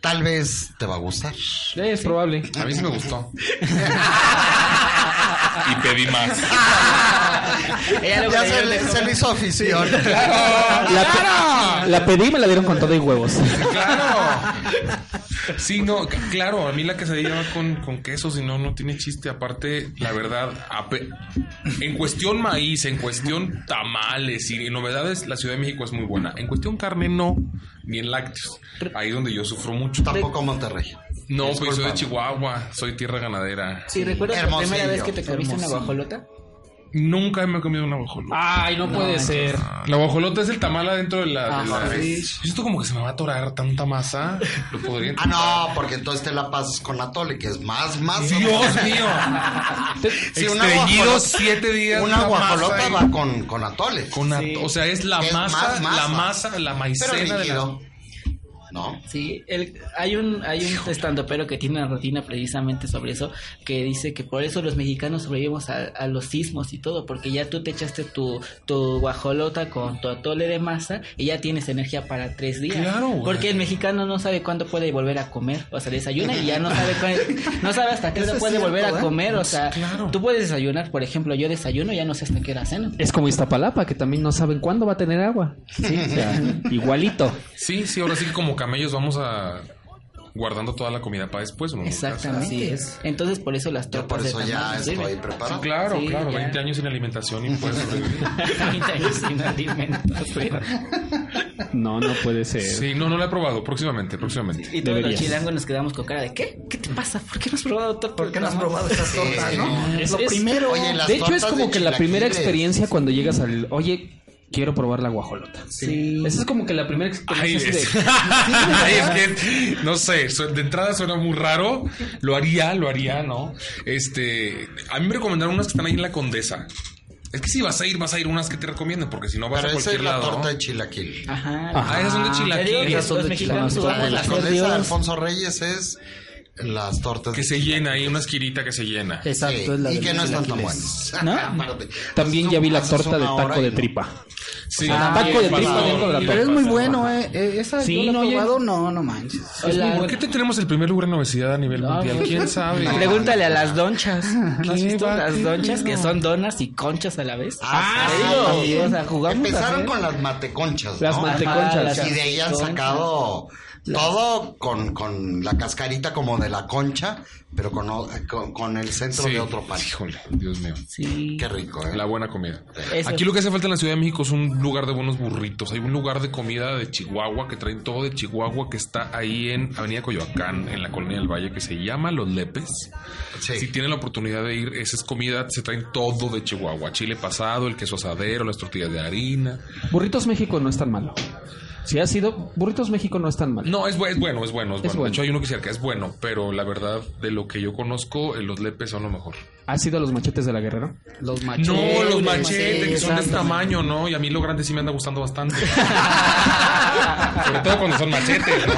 Speaker 8: tal vez te va a gustar.
Speaker 3: Es probable.
Speaker 10: A mí sí
Speaker 8: (laughs)
Speaker 10: me gustó. Y pedí más.
Speaker 6: Ella luego
Speaker 8: (laughs) ya
Speaker 6: le
Speaker 8: se,
Speaker 6: dio
Speaker 8: le-
Speaker 6: de
Speaker 8: se le hizo
Speaker 10: (laughs)
Speaker 8: afición.
Speaker 3: La, pe- la pedí y me la dieron con todo y huevos.
Speaker 8: (laughs)
Speaker 10: Sí, no, c- claro, a mí la quesadilla va con, con queso, si no, no tiene chiste. Aparte, la verdad, ape- en cuestión maíz, en cuestión tamales y novedades, la Ciudad de México es muy buena. En cuestión carne, no, ni en lácteos. Ahí donde yo sufro mucho.
Speaker 8: Tampoco Monterrey.
Speaker 10: No,
Speaker 8: Es
Speaker 10: pues soy de
Speaker 8: culpable.
Speaker 10: Chihuahua, soy tierra ganadera.
Speaker 6: Sí, ¿recuerdas la primera vez que te comiste una guajolota?
Speaker 10: Nunca me he comido una guajolota.
Speaker 3: Ay, no puede
Speaker 10: manches.
Speaker 3: ser.
Speaker 10: La guajolota es el tamal adentro de la... de la-
Speaker 8: Ajá, sí.
Speaker 10: Yo siento como que se me va a atorar tanta masa. Lo podría
Speaker 8: (laughs) Ah, no, porque entonces te la pasas con Atole, que es más, más.
Speaker 10: Dios mío.
Speaker 8: (laughs) Sí, una
Speaker 10: Estreñido
Speaker 8: guajolota-
Speaker 10: siete días,
Speaker 8: Una
Speaker 10: una masa
Speaker 8: guajolota
Speaker 10: ahí.
Speaker 8: va con, con Atole.
Speaker 10: Con at- O sea, es la
Speaker 8: Es
Speaker 10: masa,
Speaker 8: más
Speaker 10: la
Speaker 8: masa.
Speaker 10: masa, la maicena
Speaker 8: Pero
Speaker 10: de la...
Speaker 8: líquido. ¿No?
Speaker 6: Sí, el- hay un hay un estandopero que tiene una rutina precisamente sobre eso, que dice que por eso los mexicanos sobrevivimos a, a los sismos y todo, porque ya tú te echaste tu, tu guajolota con tu atole de masa y ya tienes energía para tres días.
Speaker 10: Claro, güey.
Speaker 6: Porque el mexicano no sabe cuándo puede volver a comer, o sea, desayuna y ya no sabe cuándo- no sabe hasta qué hora
Speaker 3: (laughs) Eso es
Speaker 6: puede volver a
Speaker 3: cierto, ¿eh?
Speaker 6: comer, o sea,
Speaker 3: Claro.
Speaker 6: tú puedes desayunar, por ejemplo, yo desayuno y ya no sé hasta qué hora ceno.
Speaker 3: Es como Iztapalapa, que también no saben cuándo va a tener agua. Sí, o
Speaker 10: (laughs)
Speaker 3: sea, igualito.
Speaker 10: Sí, sí, ahora sí que como camellos vamos a... Guardando toda la comida para después. ¿no?
Speaker 6: Exactamente. Entonces, por eso las tortas
Speaker 10: por
Speaker 6: de
Speaker 10: eso ya
Speaker 6: tamal nos
Speaker 10: estoy
Speaker 6: sirven.
Speaker 10: Sí, claro, claro. 20 años sin alimentación y pues,
Speaker 8: (laughs)
Speaker 10: puedes sobrevivir.
Speaker 6: 20 años sin alimentación.
Speaker 3: No, no puede ser.
Speaker 10: Sí, no, no lo he probado. Próximamente, próximamente.
Speaker 6: Y todos los chilangos nos quedamos con cara de ¿qué? ¿Qué te pasa? ¿Por qué no has probado tortas? ¿Por qué
Speaker 8: no has probado esas tortas, no?
Speaker 3: Es-
Speaker 6: Lo
Speaker 3: es-
Speaker 6: primero.
Speaker 8: Oye, las
Speaker 3: de hecho, es
Speaker 8: tortas
Speaker 3: como
Speaker 8: de
Speaker 3: que la primera
Speaker 8: chilaquiles.
Speaker 3: experiencia cuando llegas al. Oye, quiero probar la guajolota.
Speaker 6: Sí.
Speaker 3: Esa es como que la primera
Speaker 10: Ay,
Speaker 3: experiencia.
Speaker 10: es,
Speaker 3: así de-
Speaker 10: Ay, (laughs) es que, no sé, su- de entrada suena muy raro. Lo haría, lo haría, ¿no? Este, a mí me recomendaron unas que están ahí en la Condesa. Es que si vas a ir, vas a ir unas que te recomienden, porque si no vas
Speaker 8: Pero
Speaker 10: a
Speaker 8: esa
Speaker 10: cualquier
Speaker 8: es la
Speaker 10: lado.
Speaker 8: torta de chilaquil.
Speaker 6: Ajá.
Speaker 10: Ah, esas son de chilaquiles.
Speaker 8: Esas
Speaker 10: Esas son de
Speaker 8: chilaquiles.
Speaker 10: chilaquiles.
Speaker 8: La de la
Speaker 10: Vamos a
Speaker 8: condesa
Speaker 10: hacer Dios.
Speaker 8: de Alfonso Reyes es las tortas
Speaker 10: Que se llena ahí, una esquirita que se llena.
Speaker 8: Exacto, Sí, es la y de que los no están tan chilaquiles. buenas. (laughs) ¿No?
Speaker 3: (laughs) También ya vi la
Speaker 8: Haces una
Speaker 3: torta de
Speaker 8: hora
Speaker 3: taco
Speaker 8: y
Speaker 3: de
Speaker 8: no.
Speaker 3: tripa.
Speaker 10: Sí,
Speaker 3: Ah, taco de tripa
Speaker 10: pasado.
Speaker 3: dentro de la torta.
Speaker 11: Pero es muy
Speaker 10: Pasado.
Speaker 11: bueno, ¿eh? Eh, Esa
Speaker 3: Sí,
Speaker 11: yo la
Speaker 3: no,
Speaker 11: he
Speaker 3: yo-
Speaker 11: probado, no, no manches.
Speaker 10: Es muy bueno. ¿Por qué te tenemos el primer lugar en obesidad a nivel mundial? ¿Quién sabe?
Speaker 6: Pregúntale a las donchas. ¿No has visto
Speaker 10: va,
Speaker 6: las
Speaker 10: qué
Speaker 6: donchas que
Speaker 10: va.
Speaker 6: son donas y conchas a la vez?
Speaker 8: Ah,
Speaker 6: Te
Speaker 8: sí,
Speaker 6: digo,
Speaker 8: también.
Speaker 6: o sea, jugamos
Speaker 8: Empezaron
Speaker 6: a
Speaker 8: con las mateconchas.
Speaker 6: Las
Speaker 8: ¿no?
Speaker 6: manteconchas. Ajá, las
Speaker 8: y de ahí han
Speaker 6: manteconchas.
Speaker 8: sacado todo con, con la cascarita como de la concha, pero con, o- con, con el centro
Speaker 10: Sí.
Speaker 8: de otro pan.
Speaker 10: Híjole, Dios mío.
Speaker 8: Qué rico, ¿eh?
Speaker 10: La buena comida.
Speaker 8: Eso.
Speaker 10: Aquí lo que hace falta en la Ciudad de México es un lugar de buenos burritos. Hay un lugar de comida de Chihuahua que traen todo de Chihuahua que está ahí en Avenida Coyoacán, en la colonia del Valle, que se llama Los Lepes. Si tienen la oportunidad de ir, esa es comida, se traen todo de Chihuahua. Chile pasado, el queso asadero, las tortillas de harina.
Speaker 3: Burritos México no es tan malo. Si ha sido. Burritos México no es tan malo.
Speaker 10: No, es, bu- es bueno, es bueno, es bueno.
Speaker 3: bueno.
Speaker 10: De hecho, hay uno que se que es bueno, pero la verdad, de lo que yo conozco, eh, los Lepes son lo mejor.
Speaker 3: ¿Has ido a los machetes de la guerrera?
Speaker 11: Los
Speaker 10: No, los machetes, que son de este tamaño, ¿no? Y a mí lo grande sí me anda gustando bastante. Sobre todo cuando son machetes, ¿no?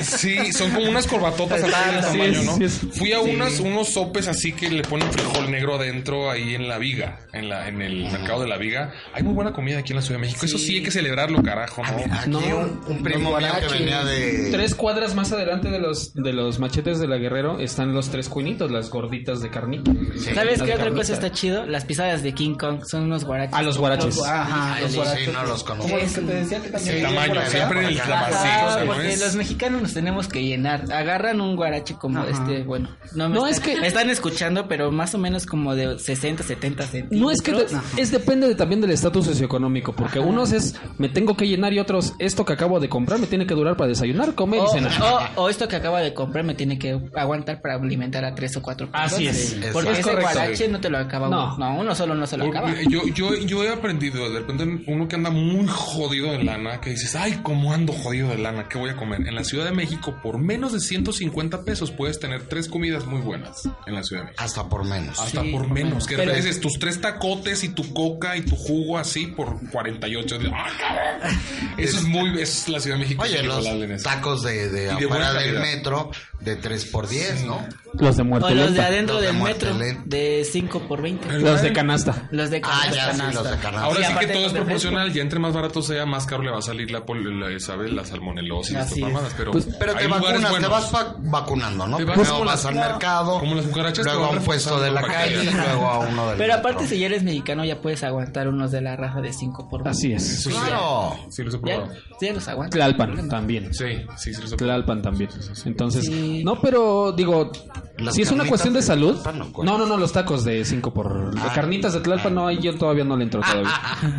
Speaker 10: Sí, son como unas corbatotas así de este
Speaker 3: Sí,
Speaker 10: tamaño,
Speaker 3: es-
Speaker 10: ¿no?
Speaker 3: sí es-
Speaker 10: Fui a
Speaker 3: sí.
Speaker 10: unas, unos sopes así que le ponen frijol negro adentro ahí en la viga, en la, en el mercado de la viga. Hay muy buena comida aquí en la Ciudad de México. Eso sí hay que celebrarlo, carajo, ¿no?
Speaker 8: Aquí un, un primo mío que venía de...
Speaker 3: Tres cuadras más adelante de los, de los machetes de la Guerrero están los tres cuinitos, las gorditas de carnita.
Speaker 6: ¿Sabes qué
Speaker 3: Las de
Speaker 6: otra
Speaker 3: carnita.
Speaker 6: cosa está chido? Las pisadas de King Kong son unos guaraches.
Speaker 3: Ah, los guaraches.
Speaker 6: Ajá,
Speaker 3: Sí, sí, no los conozco. Como los que te decía que también Sí, tamaño, por acá, siempre por el acá. tamaño,
Speaker 6: Ajá,
Speaker 3: o sea, no
Speaker 6: porque
Speaker 3: es-
Speaker 6: los mexicanos nos tenemos que llenar. Agarran un guarache como
Speaker 3: Ajá.
Speaker 6: este, bueno. No, me
Speaker 3: No,
Speaker 6: están-
Speaker 3: es que-
Speaker 6: Me están escuchando, pero más o menos como de 60, 70 centímetros.
Speaker 3: No es que te- es depende de- también del estatus socioeconómico, porque unos es me tengo que llenar y otros esto que acabo de comprar me tiene que durar para desayunar, comer y
Speaker 6: O,
Speaker 3: cenar.
Speaker 6: o- o Oh, esto que acaba de comprar me tiene que aguantar para alimentar a tres o cuatro personas.
Speaker 3: Así es.
Speaker 6: Porque
Speaker 10: Es
Speaker 6: ese
Speaker 10: correcto.
Speaker 6: guarache no te lo acaba
Speaker 10: No.
Speaker 6: uno. No, uno solo no se lo
Speaker 10: Porque
Speaker 6: acaba.
Speaker 10: Yo, yo, yo he aprendido, de repente uno que anda muy jodido de lana, que dices, ay, ¿cómo ando jodido de lana? ¿Qué voy a comer? En la Ciudad de México, por menos de 150 pesos puedes tener tres comidas muy buenas en la Ciudad de México.
Speaker 8: Hasta por menos.
Speaker 10: Hasta
Speaker 8: Sí,
Speaker 10: por
Speaker 8: por
Speaker 10: menos.
Speaker 8: menos.
Speaker 10: Que
Speaker 8: Pero-
Speaker 10: dices tus tres tacotes y tu coca y tu jugo así por 48. Digo, "Ah, cabrón". Eso es muy... Eso es la Ciudad de México.
Speaker 8: Oye, los tacos de, de
Speaker 10: Y de buena
Speaker 8: afuera del
Speaker 10: calidad.
Speaker 8: metro de 3 por 10 ¿no?
Speaker 3: Los de
Speaker 6: O
Speaker 3: muerte
Speaker 6: los de
Speaker 3: lenta.
Speaker 6: adentro
Speaker 8: Los de
Speaker 6: del
Speaker 8: muerte
Speaker 6: metro,
Speaker 8: lenta.
Speaker 6: de 5 por 20.
Speaker 3: Los de canasta.
Speaker 6: Los de
Speaker 8: Ah,
Speaker 6: canasta.
Speaker 8: ya, sí, los de canasta.
Speaker 10: Ahora
Speaker 6: Y
Speaker 10: sí que
Speaker 6: aparte
Speaker 10: todo es
Speaker 6: con refresco.
Speaker 10: proporcional. Ya entre más barato sea, más caro le va a salir la, pol- la ¿sabes? La salmonelosis y estas
Speaker 8: Así es.
Speaker 10: mamadas. Pero,
Speaker 8: Pues, pero te
Speaker 10: hay
Speaker 8: vacunas,
Speaker 10: lugares
Speaker 8: te
Speaker 10: buenos.
Speaker 8: vas va- vacunando, ¿no?
Speaker 10: Te vas
Speaker 8: Primero
Speaker 10: como
Speaker 8: vas
Speaker 10: las-
Speaker 8: al
Speaker 10: no.
Speaker 8: mercado,
Speaker 10: Como las cucarachas,
Speaker 8: luego
Speaker 10: te
Speaker 8: a
Speaker 10: vas
Speaker 8: un puesto de la
Speaker 10: reforzando
Speaker 8: calle,
Speaker 10: para que-
Speaker 8: luego a uno del
Speaker 6: Pero
Speaker 8: metro.
Speaker 6: aparte, si ya eres mexicano, ya puedes aguantar unos de la raja de 5 por 20.
Speaker 3: Así es.
Speaker 8: Claro.
Speaker 10: Sí, los he
Speaker 6: Ya, ya los aguantas.
Speaker 3: Tlalpan también.
Speaker 10: Sí, sí, sí.
Speaker 3: Tlalpan también. Entonces, no, pero digo,
Speaker 8: Las
Speaker 3: si es una
Speaker 8: carnitas
Speaker 3: cuestión de,
Speaker 8: de
Speaker 3: salud.
Speaker 8: Tlalpan no
Speaker 3: No, no, no, los tacos de 5 por. de
Speaker 8: Ah.
Speaker 3: carnitas de Tlalpan no, ahí yo todavía no le entro todavía.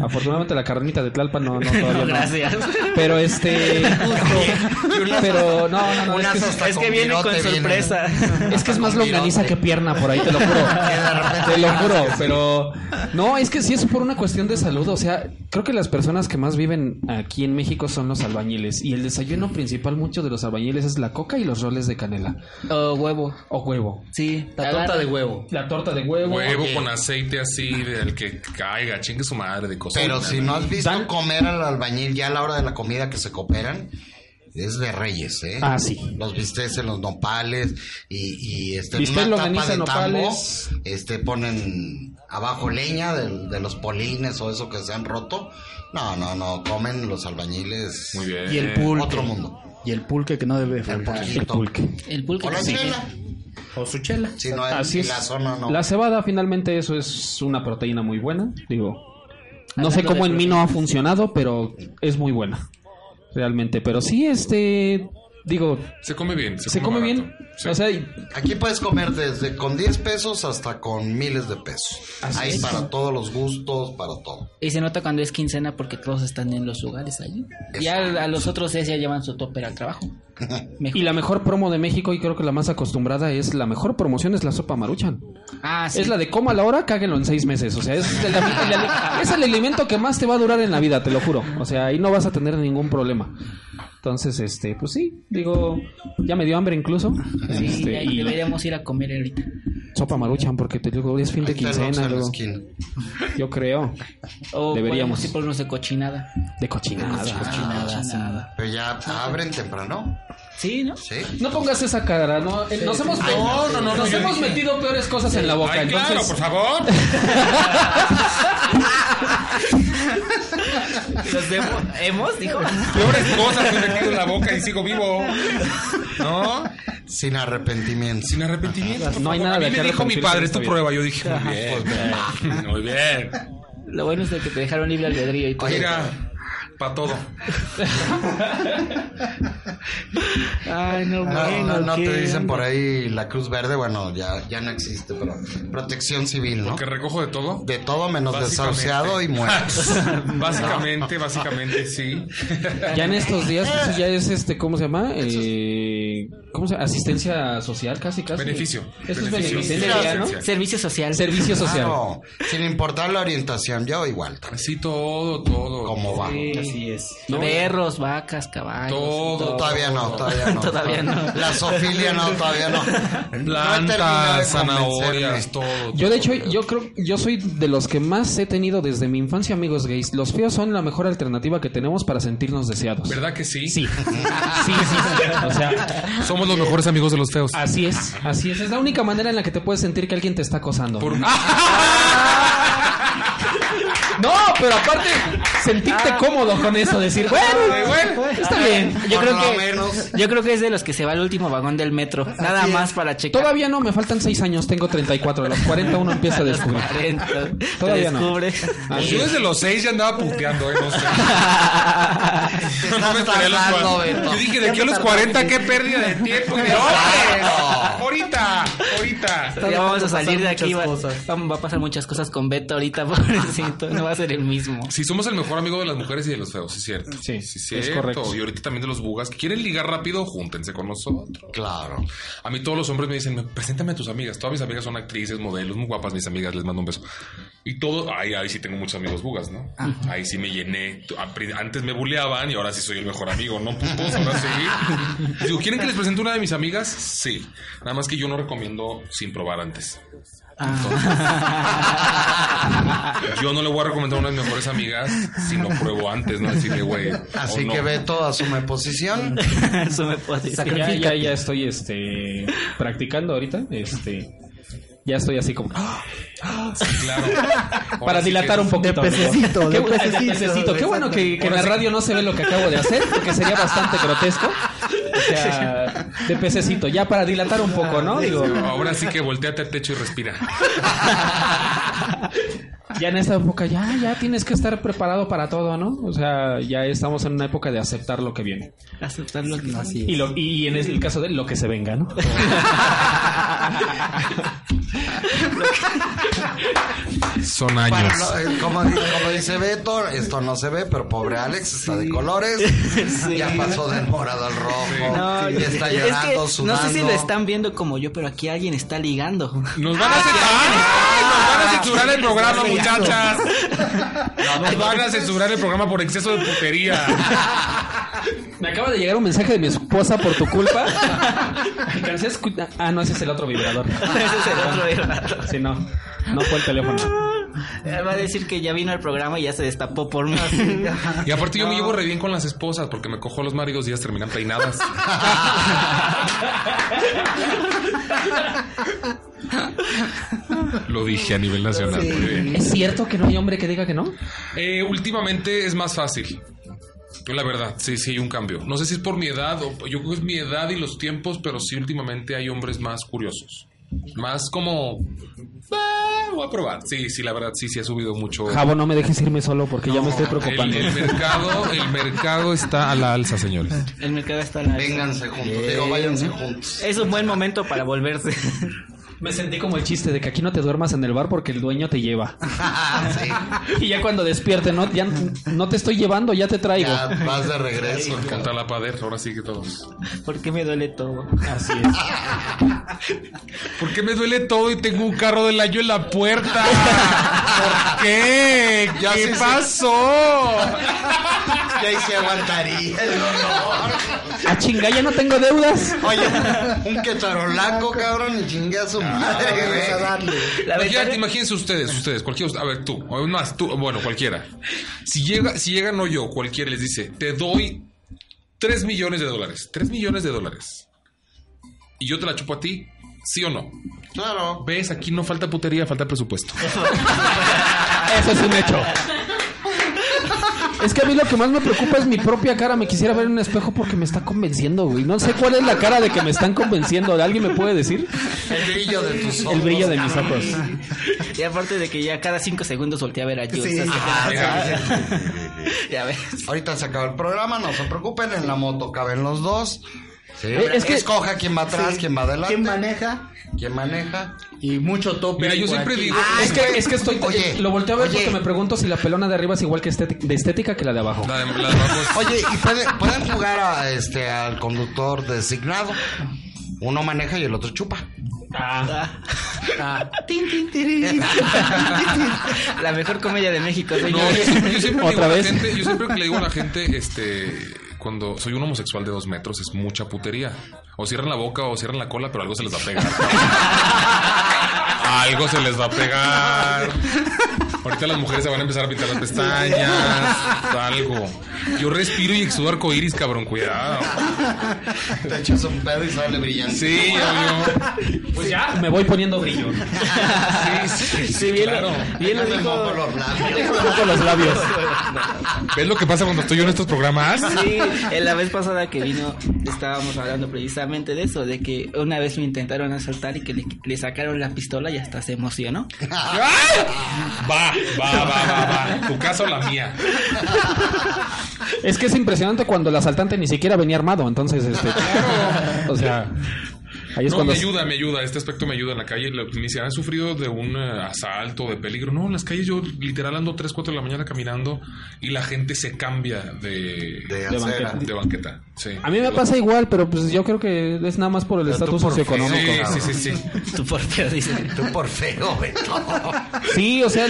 Speaker 3: Afortunadamente la carnita de Tlalpan no, no todavía. no.
Speaker 6: gracias.
Speaker 3: Pero este. pero no, no, no.
Speaker 6: Unas
Speaker 3: es,
Speaker 6: hasta
Speaker 3: que, es que
Speaker 6: con
Speaker 3: viene con
Speaker 6: virote vienen.
Speaker 3: sorpresa. (laughs) Es que es más longaniza que pierna, por ahí te
Speaker 6: (laughs)
Speaker 3: lo juro. Te lo juro, pero. No, es que si es por una cuestión de salud. O sea, creo que las personas que más viven aquí en México son los albañiles. Y el desayuno principal, mucho de los albañiles, es la coca y los roles de canela.
Speaker 6: O huevo.
Speaker 3: O huevo.
Speaker 6: Sí,
Speaker 3: La torta de huevo. La torta de huevo.
Speaker 10: Huevo
Speaker 3: Oye.
Speaker 10: con aceite así del que caiga, chingue su madre de cosas.
Speaker 8: Pero si no has visto comer al albañil ya a la hora de la comida que se cooperan, es de reyes, ¿eh?
Speaker 3: Ah, sí.
Speaker 8: Los bistecs en los nopales y, y este, en
Speaker 3: Bistec,
Speaker 8: una tapa
Speaker 3: longaniza,
Speaker 8: de tambo,
Speaker 3: nopales.
Speaker 8: este, ponen abajo leña del- de, los polines o eso que se han roto. No, no, no, comen los albañiles. Muy
Speaker 10: bien. Eh,
Speaker 11: Y el pulque.
Speaker 8: Otro mundo.
Speaker 11: Y el pulque que no debe faltar.
Speaker 8: pulquito. El
Speaker 3: Ah, pulque.
Speaker 6: El
Speaker 8: O la
Speaker 11: sí.
Speaker 8: chela.
Speaker 11: O su chela.
Speaker 8: Si no, en-
Speaker 3: Así
Speaker 8: en
Speaker 3: es.
Speaker 8: la zona no.
Speaker 3: La cebada, finalmente, eso es una proteína muy buena. Digo, no sé
Speaker 6: Hablando
Speaker 3: cómo
Speaker 6: de
Speaker 3: en mí no ha funcionado, pero es muy buena. Realmente, pero sí, este. Digo,
Speaker 10: Se come bien.
Speaker 3: se come bien. O sea, y-
Speaker 8: Aquí puedes comer desde con 10 pesos hasta con miles de pesos.
Speaker 6: Así
Speaker 8: Hay
Speaker 6: es.
Speaker 8: para todos los gustos, para todo.
Speaker 6: Y se nota cuando es quincena porque todos están en los lugares allí. Y a, a los otros días ya llevan su topper al trabajo.
Speaker 3: y la mejor promo de México, y creo que la más acostumbrada es la mejor promoción, es la sopa maruchan.
Speaker 6: Ah, sí.
Speaker 3: Es la de coma a la hora, cáguenlo en seis meses. O sea, es el, el- el-
Speaker 6: (laughs)
Speaker 3: es el alimento que más te va a durar en la vida, te lo juro. O sea, ahí no vas a tener ningún problema. Entonces, este, pues sí, digo, ya me dio hambre incluso.
Speaker 6: Sí,
Speaker 3: Este,
Speaker 6: ya-
Speaker 3: y-
Speaker 6: deberíamos ir a comer ahorita.
Speaker 3: Sopa maruchan, porque te digo, es fin de
Speaker 8: Está el Oxxo
Speaker 3: quincena.
Speaker 8: en la
Speaker 3: luego.
Speaker 8: esquina.
Speaker 3: Yo creo.
Speaker 6: O
Speaker 3: Deberíamos.
Speaker 6: podemos ir
Speaker 3: pues,
Speaker 6: por unos de cochinada.
Speaker 3: De cochinada.
Speaker 8: Pero ya
Speaker 3: Ah.
Speaker 8: abren temprano.
Speaker 6: Sí, ¿no?
Speaker 8: Sí.
Speaker 3: No pongas esa cara, no, eh, nos hemos,
Speaker 8: Ay, no, no, no,
Speaker 3: nos
Speaker 8: yo
Speaker 3: hemos
Speaker 8: dije-
Speaker 3: metido peores cosas en la boca.
Speaker 10: Ay, claro,
Speaker 3: entonces-
Speaker 10: por favor.
Speaker 6: Los de hemos, dijo.
Speaker 10: Peores cosas me he metido en la boca y sigo vivo. ¿No?
Speaker 8: Sin arrepentimiento.
Speaker 10: Sin arrepentimiento. por
Speaker 3: No hay
Speaker 10: favor.
Speaker 3: nada
Speaker 10: A
Speaker 3: de
Speaker 10: mí
Speaker 3: qué
Speaker 10: me dijo mi
Speaker 3: arrepentirse,
Speaker 10: padre,
Speaker 3: está
Speaker 10: tu
Speaker 3: bien.
Speaker 10: prueba. Yo dije, muy
Speaker 3: (laughs)
Speaker 10: bien. Muy bien.
Speaker 6: Lo bueno es de que te dejaron libre albedrío y todo.
Speaker 10: Mira, para todo.
Speaker 6: Ay, no, Ah, bueno,
Speaker 8: No, Ah, no, no
Speaker 6: ¿qué
Speaker 8: te dicen
Speaker 6: onda?
Speaker 8: por ahí la Cruz Verde, bueno, ya, ya no existe, pero protección civil, ¿no?
Speaker 10: Que recojo de todo.
Speaker 8: De todo menos
Speaker 10: Básicamente.
Speaker 8: desahuciado
Speaker 10: (laughs)
Speaker 8: y muerto.
Speaker 10: básicamente, básicamente sí.
Speaker 3: Ya en estos días, pues, ya es este, ¿cómo se llama? Eh, eh, ¿cómo se llama? Asistencia social, casi, casi.
Speaker 10: Beneficio.
Speaker 3: Eso es
Speaker 8: Beneficio.
Speaker 3: beneficencia,
Speaker 8: Beneficio.
Speaker 3: ¿no?
Speaker 6: Servicio social.
Speaker 3: Servicio social.
Speaker 8: Claro, sin importar la orientación, yo igual.
Speaker 10: Así todo, todo.
Speaker 8: ¿Cómo va?
Speaker 6: Así es. Perros, vacas, caballos.
Speaker 8: Todo, todavía no, todavía
Speaker 6: (laughs)
Speaker 8: no.
Speaker 6: Todavía no.
Speaker 8: La zoofilia no, todavía no. No he terminado de
Speaker 10: Plantas, zanahorias, todo.
Speaker 3: Yo de hecho, yo creo, yo soy de los que más he tenido desde mi infancia amigos gays. Los feos son la mejor alternativa que tenemos para sentirnos deseados.
Speaker 10: ¿Verdad que sí?
Speaker 3: Sí. sí, sí. O sea,
Speaker 14: Somos los mejores amigos de los feos.
Speaker 3: así es, así es. Es la única manera en la que te puedes sentir que alguien te está acosando. No, pero aparte, sentirte cómodo con eso, decir, bueno, está bien.
Speaker 6: Yo creo,
Speaker 3: que
Speaker 6: que, yo creo que es de los que se va al último vagón del metro. Nada
Speaker 3: Así es.
Speaker 6: más para checar.
Speaker 3: Todavía no, me faltan 6 años, tengo 34. A los 40 uno empieza (laughs) a descubrir. Todavía no. (laughs) Así
Speaker 10: Yo
Speaker 3: es.
Speaker 10: desde los seis ya andaba puteando, eh,
Speaker 8: (laughs)
Speaker 10: no sé. Yo no me esperé a los
Speaker 8: tardando,
Speaker 10: cuarenta.
Speaker 8: Beto.
Speaker 10: Yo dije, de
Speaker 8: Ya
Speaker 10: aquí a
Speaker 8: te
Speaker 10: los
Speaker 8: tardaste.
Speaker 10: 40, qué pérdida de tiempo. Y dije, ¡órale! Ahorita, ahorita.
Speaker 6: Ya vamos a salir de aquí. Va, vam- va a pasar muchas cosas con Beto ahorita, (laughs) pobrecito. No va a ser el mismo.
Speaker 10: Sí, somos el mejor amigo de las mujeres y de los feos, es cierto. Sí,
Speaker 3: es
Speaker 10: es
Speaker 3: correcto.
Speaker 10: correcto. Y ahorita también de los bugas que quieren ligar rápido, júntense con nosotros.
Speaker 8: Claro.
Speaker 10: A mí todos los hombres me dicen, preséntame a tus amigas. Todas mis amigas son actrices, modelos, muy guapas mis amigas, les mando un beso. Y todo, ay, ahí sí tengo muchos amigos bugas, ¿no? Ahí sí me llené. A pri- Antes me buleaban y ahora sí soy el mejor amigo, ¿no? Putos, ahora sí. Digo, ¿quieren que les presente una de mis amigas? Sí. Nada más que yo no recomiendo sin probar antes.
Speaker 6: (laughs)
Speaker 10: Yo no le voy a recomendar a una de mis mejores amigas si no pruebo antes, ¿no? (laughs) Así que, güey.
Speaker 8: Así
Speaker 10: o no.
Speaker 8: que Beto asume posición.
Speaker 6: asume posición.
Speaker 3: Ya, ya, ya estoy este, practicando ahorita. Este, ya estoy así como. ¡Ah!
Speaker 10: Claro. Ahora
Speaker 3: Para
Speaker 10: sí
Speaker 3: dilatar
Speaker 10: que-
Speaker 3: un poquito. amigo.
Speaker 11: pececito, de
Speaker 3: Qué bu-
Speaker 11: pececito,
Speaker 3: pececito. Qué bueno que, que en la
Speaker 11: Ahora sí.
Speaker 3: radio no se ve lo que acabo de hacer, porque sería bastante grotesco. O sea, de pececito. Ya para dilatar un poco, ¿no? Digo,
Speaker 10: Ahora sí que volteate al techo y respira.
Speaker 3: ya en esta época ya, ya tienes que estar preparado para todo, ¿no? O sea, ya estamos en una época de aceptar lo que viene.
Speaker 6: Aceptar lo que
Speaker 3: Y, lo- y en el caso de él, lo que se venga, ¿no?
Speaker 14: Son
Speaker 8: Para
Speaker 14: años.
Speaker 8: no- eh, como, como dice Beto, esto no se ve, pero pobre Alex está de colores. Ya pasó del morado al rojo.
Speaker 6: No,
Speaker 8: ya está
Speaker 6: es que
Speaker 8: llorando,
Speaker 6: no
Speaker 8: sudando.
Speaker 6: sé si lo están viendo como yo, pero aquí alguien está ligando.
Speaker 10: Nos
Speaker 3: Ah,
Speaker 10: van a censurar, nos van a censurar el programa, muchachas. Nos van a censurar el programa por exceso de putería.
Speaker 3: Me acaba de llegar un mensaje de mi esposa por tu
Speaker 6: (laughs)
Speaker 3: culpa. Alcancé a escu- Ah, no, ese es el otro vibrador.
Speaker 6: (laughs) Ese es el otro vibrador.
Speaker 3: Sí, no. No fue el teléfono.
Speaker 6: Eh, Va a decir que ya vino al programa y ya se destapó por mí. (laughs)
Speaker 10: Y aparte yo me llevo re bien con las esposas porque me cojo a los maridos y ellas terminan peinadas. Lo dije a nivel nacional. Muy bien.
Speaker 3: ¿Es cierto que no hay hombre que diga que no?
Speaker 10: Eh, últimamente es más fácil. Yo, La verdad, sí, sí hay un cambio. No sé si es por mi edad, o yo creo que es mi edad y los tiempos, pero sí últimamente hay hombres más curiosos. Más como... "Ah, voy a probar. Sí, sí, la verdad, sí, sí ha subido mucho.
Speaker 3: Jabo, no me dejes irme solo porque ya me estoy
Speaker 10: El,
Speaker 3: preocupando.
Speaker 8: ¿eh?
Speaker 10: el mercado, el mercado está a la
Speaker 8: (laughs)
Speaker 10: alza, señores.
Speaker 6: El mercado está en la
Speaker 8: Vénganse juntos, digo, váyanse juntos.
Speaker 6: Es un buen momento para volverse. (laughs)
Speaker 3: Me sentí como el chiste de que aquí no te duermas en el bar porque el dueño
Speaker 6: (laughs)
Speaker 3: te lleva. Y ya cuando despierte, no, ya no te estoy llevando, ya te traigo.
Speaker 8: Ya vas de regreso.
Speaker 10: Contra la pader, ahora sí que todos.
Speaker 6: ¿Por qué me duele todo?
Speaker 3: Así es.
Speaker 10: ¿Por qué me duele todo y tengo un carro del año en la
Speaker 8: (laughs)
Speaker 10: puerta? ¿Por qué?
Speaker 8: Ya
Speaker 10: ¿Qué
Speaker 8: sí se-
Speaker 10: pasó?
Speaker 8: Y ahí se aguantaría el dolor.
Speaker 11: Ah,
Speaker 3: A chinga, ya no tengo deudas.
Speaker 8: Oye, un quetarolaco, cabrón, y chingue a su madre, güey.
Speaker 6: La
Speaker 10: Oye,
Speaker 6: ventana-
Speaker 10: Pues imagínense ustedes, ustedes, cualquiera, a ver tú, o más tú, bueno, cualquiera. Si llega, si llega no yo, cualquiera les dice, te doy 3 millones de dólares, 3 millones de dólares. Y yo te la chupo a ti, ¿sí o no?
Speaker 8: Claro.
Speaker 10: ¿Ves? Aquí no falta putería, falta presupuesto.
Speaker 3: Eso es un hecho. Es que a mí lo que más me preocupa es mi propia cara. Me quisiera ver en un espejo porque me está convenciendo, güey. No sé cuál es la cara de que me están convenciendo. ¿Alguien me puede decir?
Speaker 8: El brillo de tus ojos.
Speaker 3: El brillo de mis ojos.
Speaker 6: (laughs) Y aparte de que ya cada cinco segundos volteé a ver a Jules.
Speaker 8: Sí.
Speaker 6: así que-
Speaker 8: Ah,
Speaker 6: ya ves. (laughs)
Speaker 8: Ahorita se acaba el programa, no se preocupen, en la moto caben los dos. Sí,
Speaker 11: Eh, es que-
Speaker 8: escoja quién va atrás,
Speaker 11: Sí.
Speaker 8: quién va adelante.
Speaker 11: ¿Quién maneja?
Speaker 8: ¿Quién maneja?
Speaker 11: Y mucho tope.
Speaker 3: Mira,
Speaker 11: hay
Speaker 3: yo
Speaker 11: por
Speaker 3: siempre
Speaker 11: aquí.
Speaker 3: digo.
Speaker 10: Ah,
Speaker 3: es, que, es que estoy.
Speaker 8: Oye,
Speaker 3: lo volteo a ver
Speaker 8: oye.
Speaker 3: porque me pregunto si la pelona de arriba es igual que estéti- de estética que la de abajo.
Speaker 8: Oye, ¿y puede- pueden jugar a, este, al conductor designado? Uno maneja y el otro chupa.
Speaker 6: Tin, tin, tirín. (laughs) La mejor comedia de México,
Speaker 10: No,
Speaker 6: señor.
Speaker 10: yo siempre, yo siempre digo a la gente- yo siempre que le digo a la gente, este, cuando soy un homosexual de dos metros, es mucha putería. O cierran la boca o cierran la cola, pero algo se les va a pegar. algo se les va a pegar. Ahorita las mujeres se van a empezar a pintar las pestañas, algo. Yo respiro y exudo arco iris, cabrón, cuidado.
Speaker 8: Te echas un pedo y sale brillante.
Speaker 10: Sí,
Speaker 3: Pues ya me voy poniendo brillo.
Speaker 10: sí, sí, claro.
Speaker 3: bien lo
Speaker 8: Me
Speaker 3: dijo-
Speaker 8: mojo los labios.
Speaker 3: Déjame mojo los labios.
Speaker 10: ¿Ves lo que pasa cuando estoy yo en estos programas?
Speaker 6: Sí, en la vez pasada que vino estábamos hablando precisamente de eso, de que una vez me intentaron asaltar y que le, le sacaron la pistola y hasta
Speaker 11: (laughs)
Speaker 6: se emocionó.
Speaker 10: Va, va, va, va, va. Tu caso, la mía.
Speaker 3: Es que es impresionante cuando el asaltante ni siquiera venía armado. Entonces, este. O sea. Ahí es
Speaker 10: no,
Speaker 3: cuando.
Speaker 10: me ayuda, me ayuda. Este aspecto me ayuda en la calle. Lo- Ni se han sufrido de un eh, asalto, de peligro. No, en las calles yo literal ando 3, 4 de la mañana caminando y la gente se cambia de, de,
Speaker 3: acera. banqueta.
Speaker 10: de banqueta. Sí.
Speaker 3: A mí me pasa igual, pero pues yo creo que es nada más por el estatus socioeconómico.
Speaker 10: Sí, sí, sí. sí.
Speaker 6: Tú por feo, dice.
Speaker 8: Tú por feo, Beto.
Speaker 3: Sí, o sea,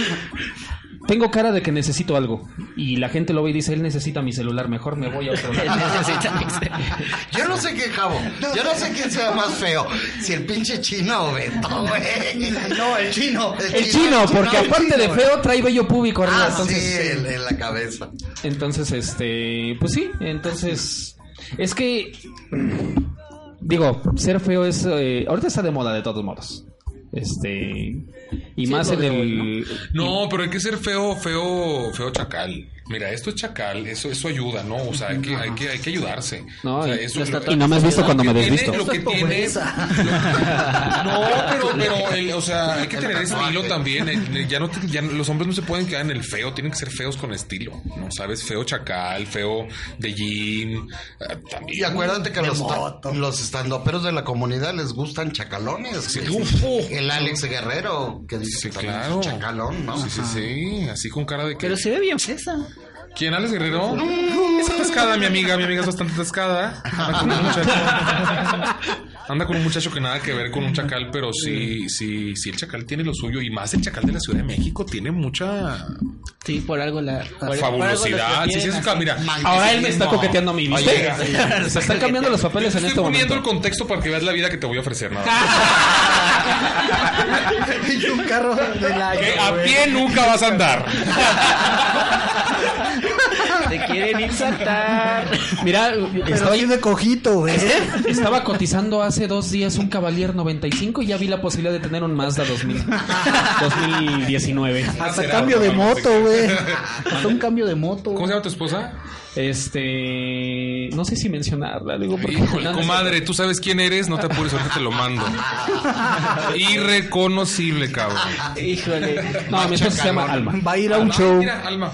Speaker 3: tengo cara de que necesito algo. Y la gente lo ve y dice, él necesita mi celular, mejor me voy a
Speaker 10: (laughs)
Speaker 3: otro lado.
Speaker 8: Yo no sé qué cabo. Yo no sé quién sea más feo. Si el pinche chino o Beto, güey. No, el chino.
Speaker 3: El chino, porque
Speaker 8: el
Speaker 3: aparte de
Speaker 8: chino,
Speaker 3: feo trae bello público
Speaker 8: güey.
Speaker 3: arriba.
Speaker 8: Ah, sí,
Speaker 3: entonces,
Speaker 8: el- en la cabeza.
Speaker 3: entonces, este, pues sí, entonces, es que, digo, ser feo es, eh, ahorita está de moda de todos modos. Este, y
Speaker 10: Sí,
Speaker 3: más
Speaker 10: lo
Speaker 3: en
Speaker 10: de
Speaker 3: el...
Speaker 10: No, pero hay que ser feo, feo, feo chacal. Mira, esto es chacal, eso, eso ayuda, ¿no? O sea, hay que, hay que, hay que ayudarse.
Speaker 3: No,
Speaker 10: O sea,
Speaker 3: y-
Speaker 10: eso
Speaker 3: los
Speaker 10: es lo-
Speaker 3: tatuajes- y no me has visto cuando me
Speaker 10: Lo que
Speaker 3: desvisto.
Speaker 10: tiene- lo que
Speaker 3: Eso es
Speaker 10: tiene-
Speaker 3: (laughs)
Speaker 10: lo- No, pero, pero el- o sea, hay que
Speaker 8: El
Speaker 10: tener
Speaker 8: tatuaje.
Speaker 10: estilo también. El- el- Ya no, te- ya no- los hombres no se pueden quedar en el feo, tienen que ser feos con estilo, ¿no? ¿Sabes? Feo chacal, feo de gym, eh, también.
Speaker 8: Y acuérdate que
Speaker 10: De
Speaker 8: los,
Speaker 10: moda.
Speaker 8: los estandoperos de la comunidad les gustan chacalones. güey. El Alex Guerrero, que dice que también es un chacalón, ¿no?
Speaker 10: Sí, sí, sí, así con cara de que...
Speaker 6: Pero se ve bien fresa.
Speaker 10: ¿Quién, Alex Guerrero? Es atascada, mi amiga. Mi amiga es bastante atascada. Anda con un muchacho. Anda con un muchacho que nada que ver con un chacal, pero sí, sí, sí, el chacal tiene lo suyo. Y más el chacal de la Ciudad de México tiene mucha
Speaker 6: Sí, por algo la... por- (laughs) por algo
Speaker 10: fabulosidad.
Speaker 6: los
Speaker 10: Sí, sí, es
Speaker 6: prefieren
Speaker 10: ca-
Speaker 6: así.
Speaker 10: mira,
Speaker 3: Ahora él me está coqueteando a mí, ¿viste?
Speaker 10: Oye,
Speaker 3: (laughs) Se están
Speaker 10: estoy
Speaker 3: cambiando los papeles
Speaker 10: te
Speaker 3: en
Speaker 10: estoy
Speaker 3: este
Speaker 10: poniendo
Speaker 3: momento.
Speaker 10: el contexto para que veas la vida que te voy a ofrecer. Nada. más.
Speaker 11: (laughs) Y un carro de la.
Speaker 10: Que a pie nunca vas a andar.
Speaker 6: Te quieren insultar.
Speaker 3: Mira,
Speaker 11: Pero
Speaker 3: estaba,
Speaker 11: sí de cojito, güey.
Speaker 3: estaba cotizando hace dos días un Cavalier 95 y ya vi la posibilidad de tener un Mazda 2000, 2019.
Speaker 10: Ah,
Speaker 11: Hasta cambio de moto, (laughs) güey. Hasta un cambio de moto.
Speaker 10: ¿Cómo se llama tu esposa?
Speaker 3: Este. No sé si mencionarla, digo, porque.
Speaker 10: Híjole, comadre, tú sabes quién eres, no te apures, ahorita te
Speaker 3: (laughs)
Speaker 10: lo mando. Irreconocible, cabrón.
Speaker 6: Híjole.
Speaker 3: No, mi esposa se llama Alma.
Speaker 11: Va a ir a un
Speaker 10: Alma,
Speaker 11: show.
Speaker 10: Mira, Alma.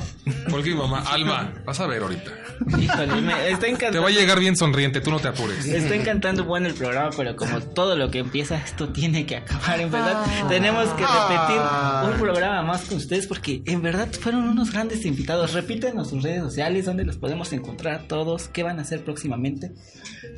Speaker 10: Porque mi mamá, Alma, vas a ver ahorita.
Speaker 6: Híjole, me está
Speaker 10: Te
Speaker 6: encantando.
Speaker 10: va a llegar bien sonriente, tú no te apures.
Speaker 6: Está encantando bueno el programa, pero como todo lo que empieza, esto tiene que acabar, en verdad. Tenemos que repetir un programa más con ustedes porque en verdad fueron unos grandes invitados. Repítenos sus redes sociales, dónde los podemos encontrar todos, qué van a hacer próximamente.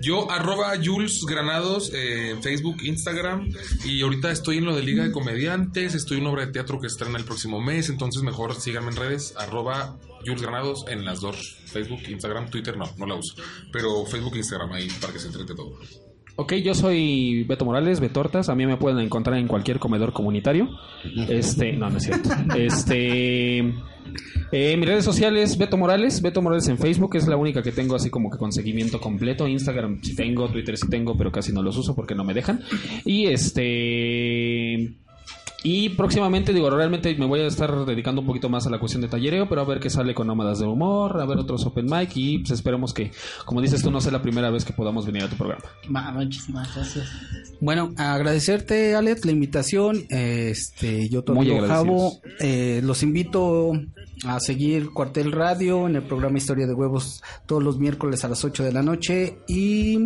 Speaker 10: Yo, arroba Jules Granados, eh, en Facebook, Instagram. Y ahorita estoy en lo de Liga de Comediantes. Estoy en una obra de teatro que estrena el próximo mes. Entonces, mejor síganme en redes. Arroba Jules Granados en las dos: Facebook, Instagram, Twitter. No, no la uso. Pero Facebook, Instagram, ahí para que se entrete todo.
Speaker 3: Ok, yo soy Beto Morales, Betortas. A mí me pueden encontrar en cualquier comedor comunitario. Este, no, no es cierto. Este. eh, mis redes sociales, Beto Morales. Beto Morales en Facebook es la única que tengo así como que con seguimiento completo. Instagram sí tengo, Twitter sí tengo, pero casi no los uso porque no me dejan. Y este. Y próximamente, digo, realmente me voy a estar dedicando un poquito más a la cuestión de tallereo, pero a ver qué sale con Nómadas de Humor, a ver otros Open Mic y pues esperemos que, como dices tú, no sea la primera vez que podamos venir a tu programa.
Speaker 6: Ma- Muchísimas gracias.
Speaker 11: Bueno, agradecerte, Alex, la invitación. Este, yo
Speaker 3: Muy
Speaker 11: también
Speaker 3: agradecidos.
Speaker 11: Javo. Eh, los invito
Speaker 9: a seguir Cuartel Radio en el programa Historia de Huevos todos los miércoles a las 8 de la noche y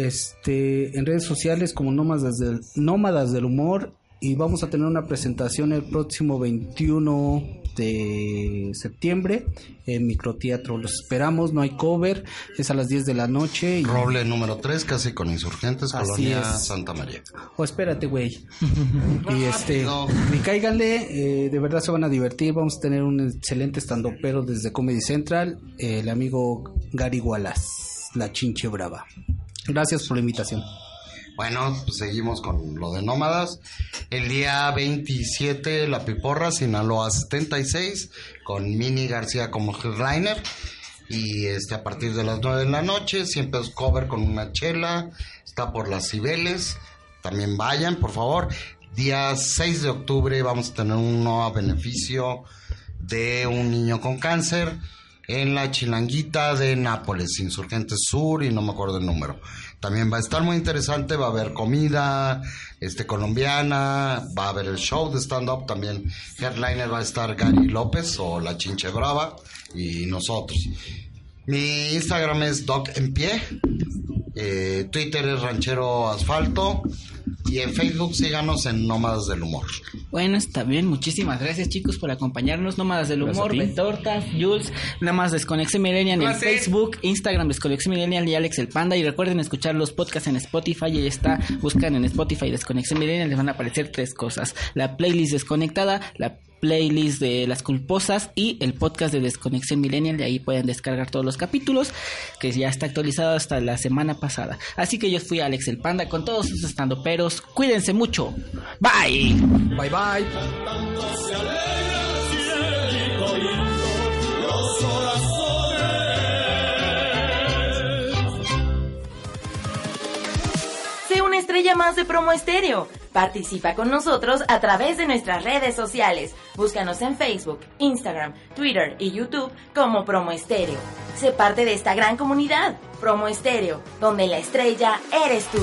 Speaker 9: este en redes sociales como Nómadas del, Nómadas del Humor y vamos a tener una presentación el próximo 21 de septiembre en Microteatro. Los esperamos, no hay cover, es a las 10 de la noche. Y...
Speaker 8: Roble número 3, casi con insurgentes,
Speaker 9: Así
Speaker 8: Colonia
Speaker 9: es.
Speaker 8: Santa María.
Speaker 9: O Oh, espérate, güey. y este, y cáiganle, eh, de verdad se van a divertir. Vamos a tener un excelente estandopero desde Comedy Central, eh, el amigo Gary Wallace, la chinche brava. Gracias por la invitación.
Speaker 8: Bueno, pues seguimos con lo de nómadas. El día 27, La Piporra, Sinaloa 76, con Mini García como headliner. Y este, a partir de las 9 de la noche, siempre es cover con una chela. Está por las Cibeles. También vayan, por favor. Día 6 de octubre vamos a tener un nuevo beneficio de un niño con cáncer en la Chilanguita de Nápoles, Insurgentes Sur y no me acuerdo el número. También va a estar muy interesante, va a haber comida este colombiana, va a haber el show de stand up también. Headliner va a estar Gary López o La Chinche Brava y nosotros. Mi Instagram es Doc en pie, eh, Twitter es Ranchero Asfalto y en Facebook síganos en Nómadas del Humor.
Speaker 6: Bueno, está bien. Muchísimas gracias, chicos, por acompañarnos. Nómadas del
Speaker 8: Gracias
Speaker 6: humor,
Speaker 8: a ti.
Speaker 6: Betortas, Jules. Nada más Desconexión Millennial en
Speaker 10: Placer.
Speaker 6: Facebook, Instagram Desconexión Millennial y Alex el Panda. Y recuerden escuchar los podcasts en Spotify. Ahí está. Buscan en Spotify Desconexión Millennial. Les van a aparecer tres cosas: la playlist desconectada, la playlist de las culposas y el podcast de Desconexión Millennial. De ahí pueden descargar todos los capítulos que ya está actualizado hasta la semana pasada. Así que yo fui Alex el Panda con todos sus estandoperos. Cuídense mucho. Bye.
Speaker 9: Bye bye.
Speaker 16: Sé una estrella más de Promo Estéreo. Participa con nosotros a través de nuestras redes sociales. Búscanos en Facebook, Instagram, Twitter y YouTube como Promo Estéreo. Sé parte de esta gran comunidad, Promo Estéreo, donde la estrella eres tú.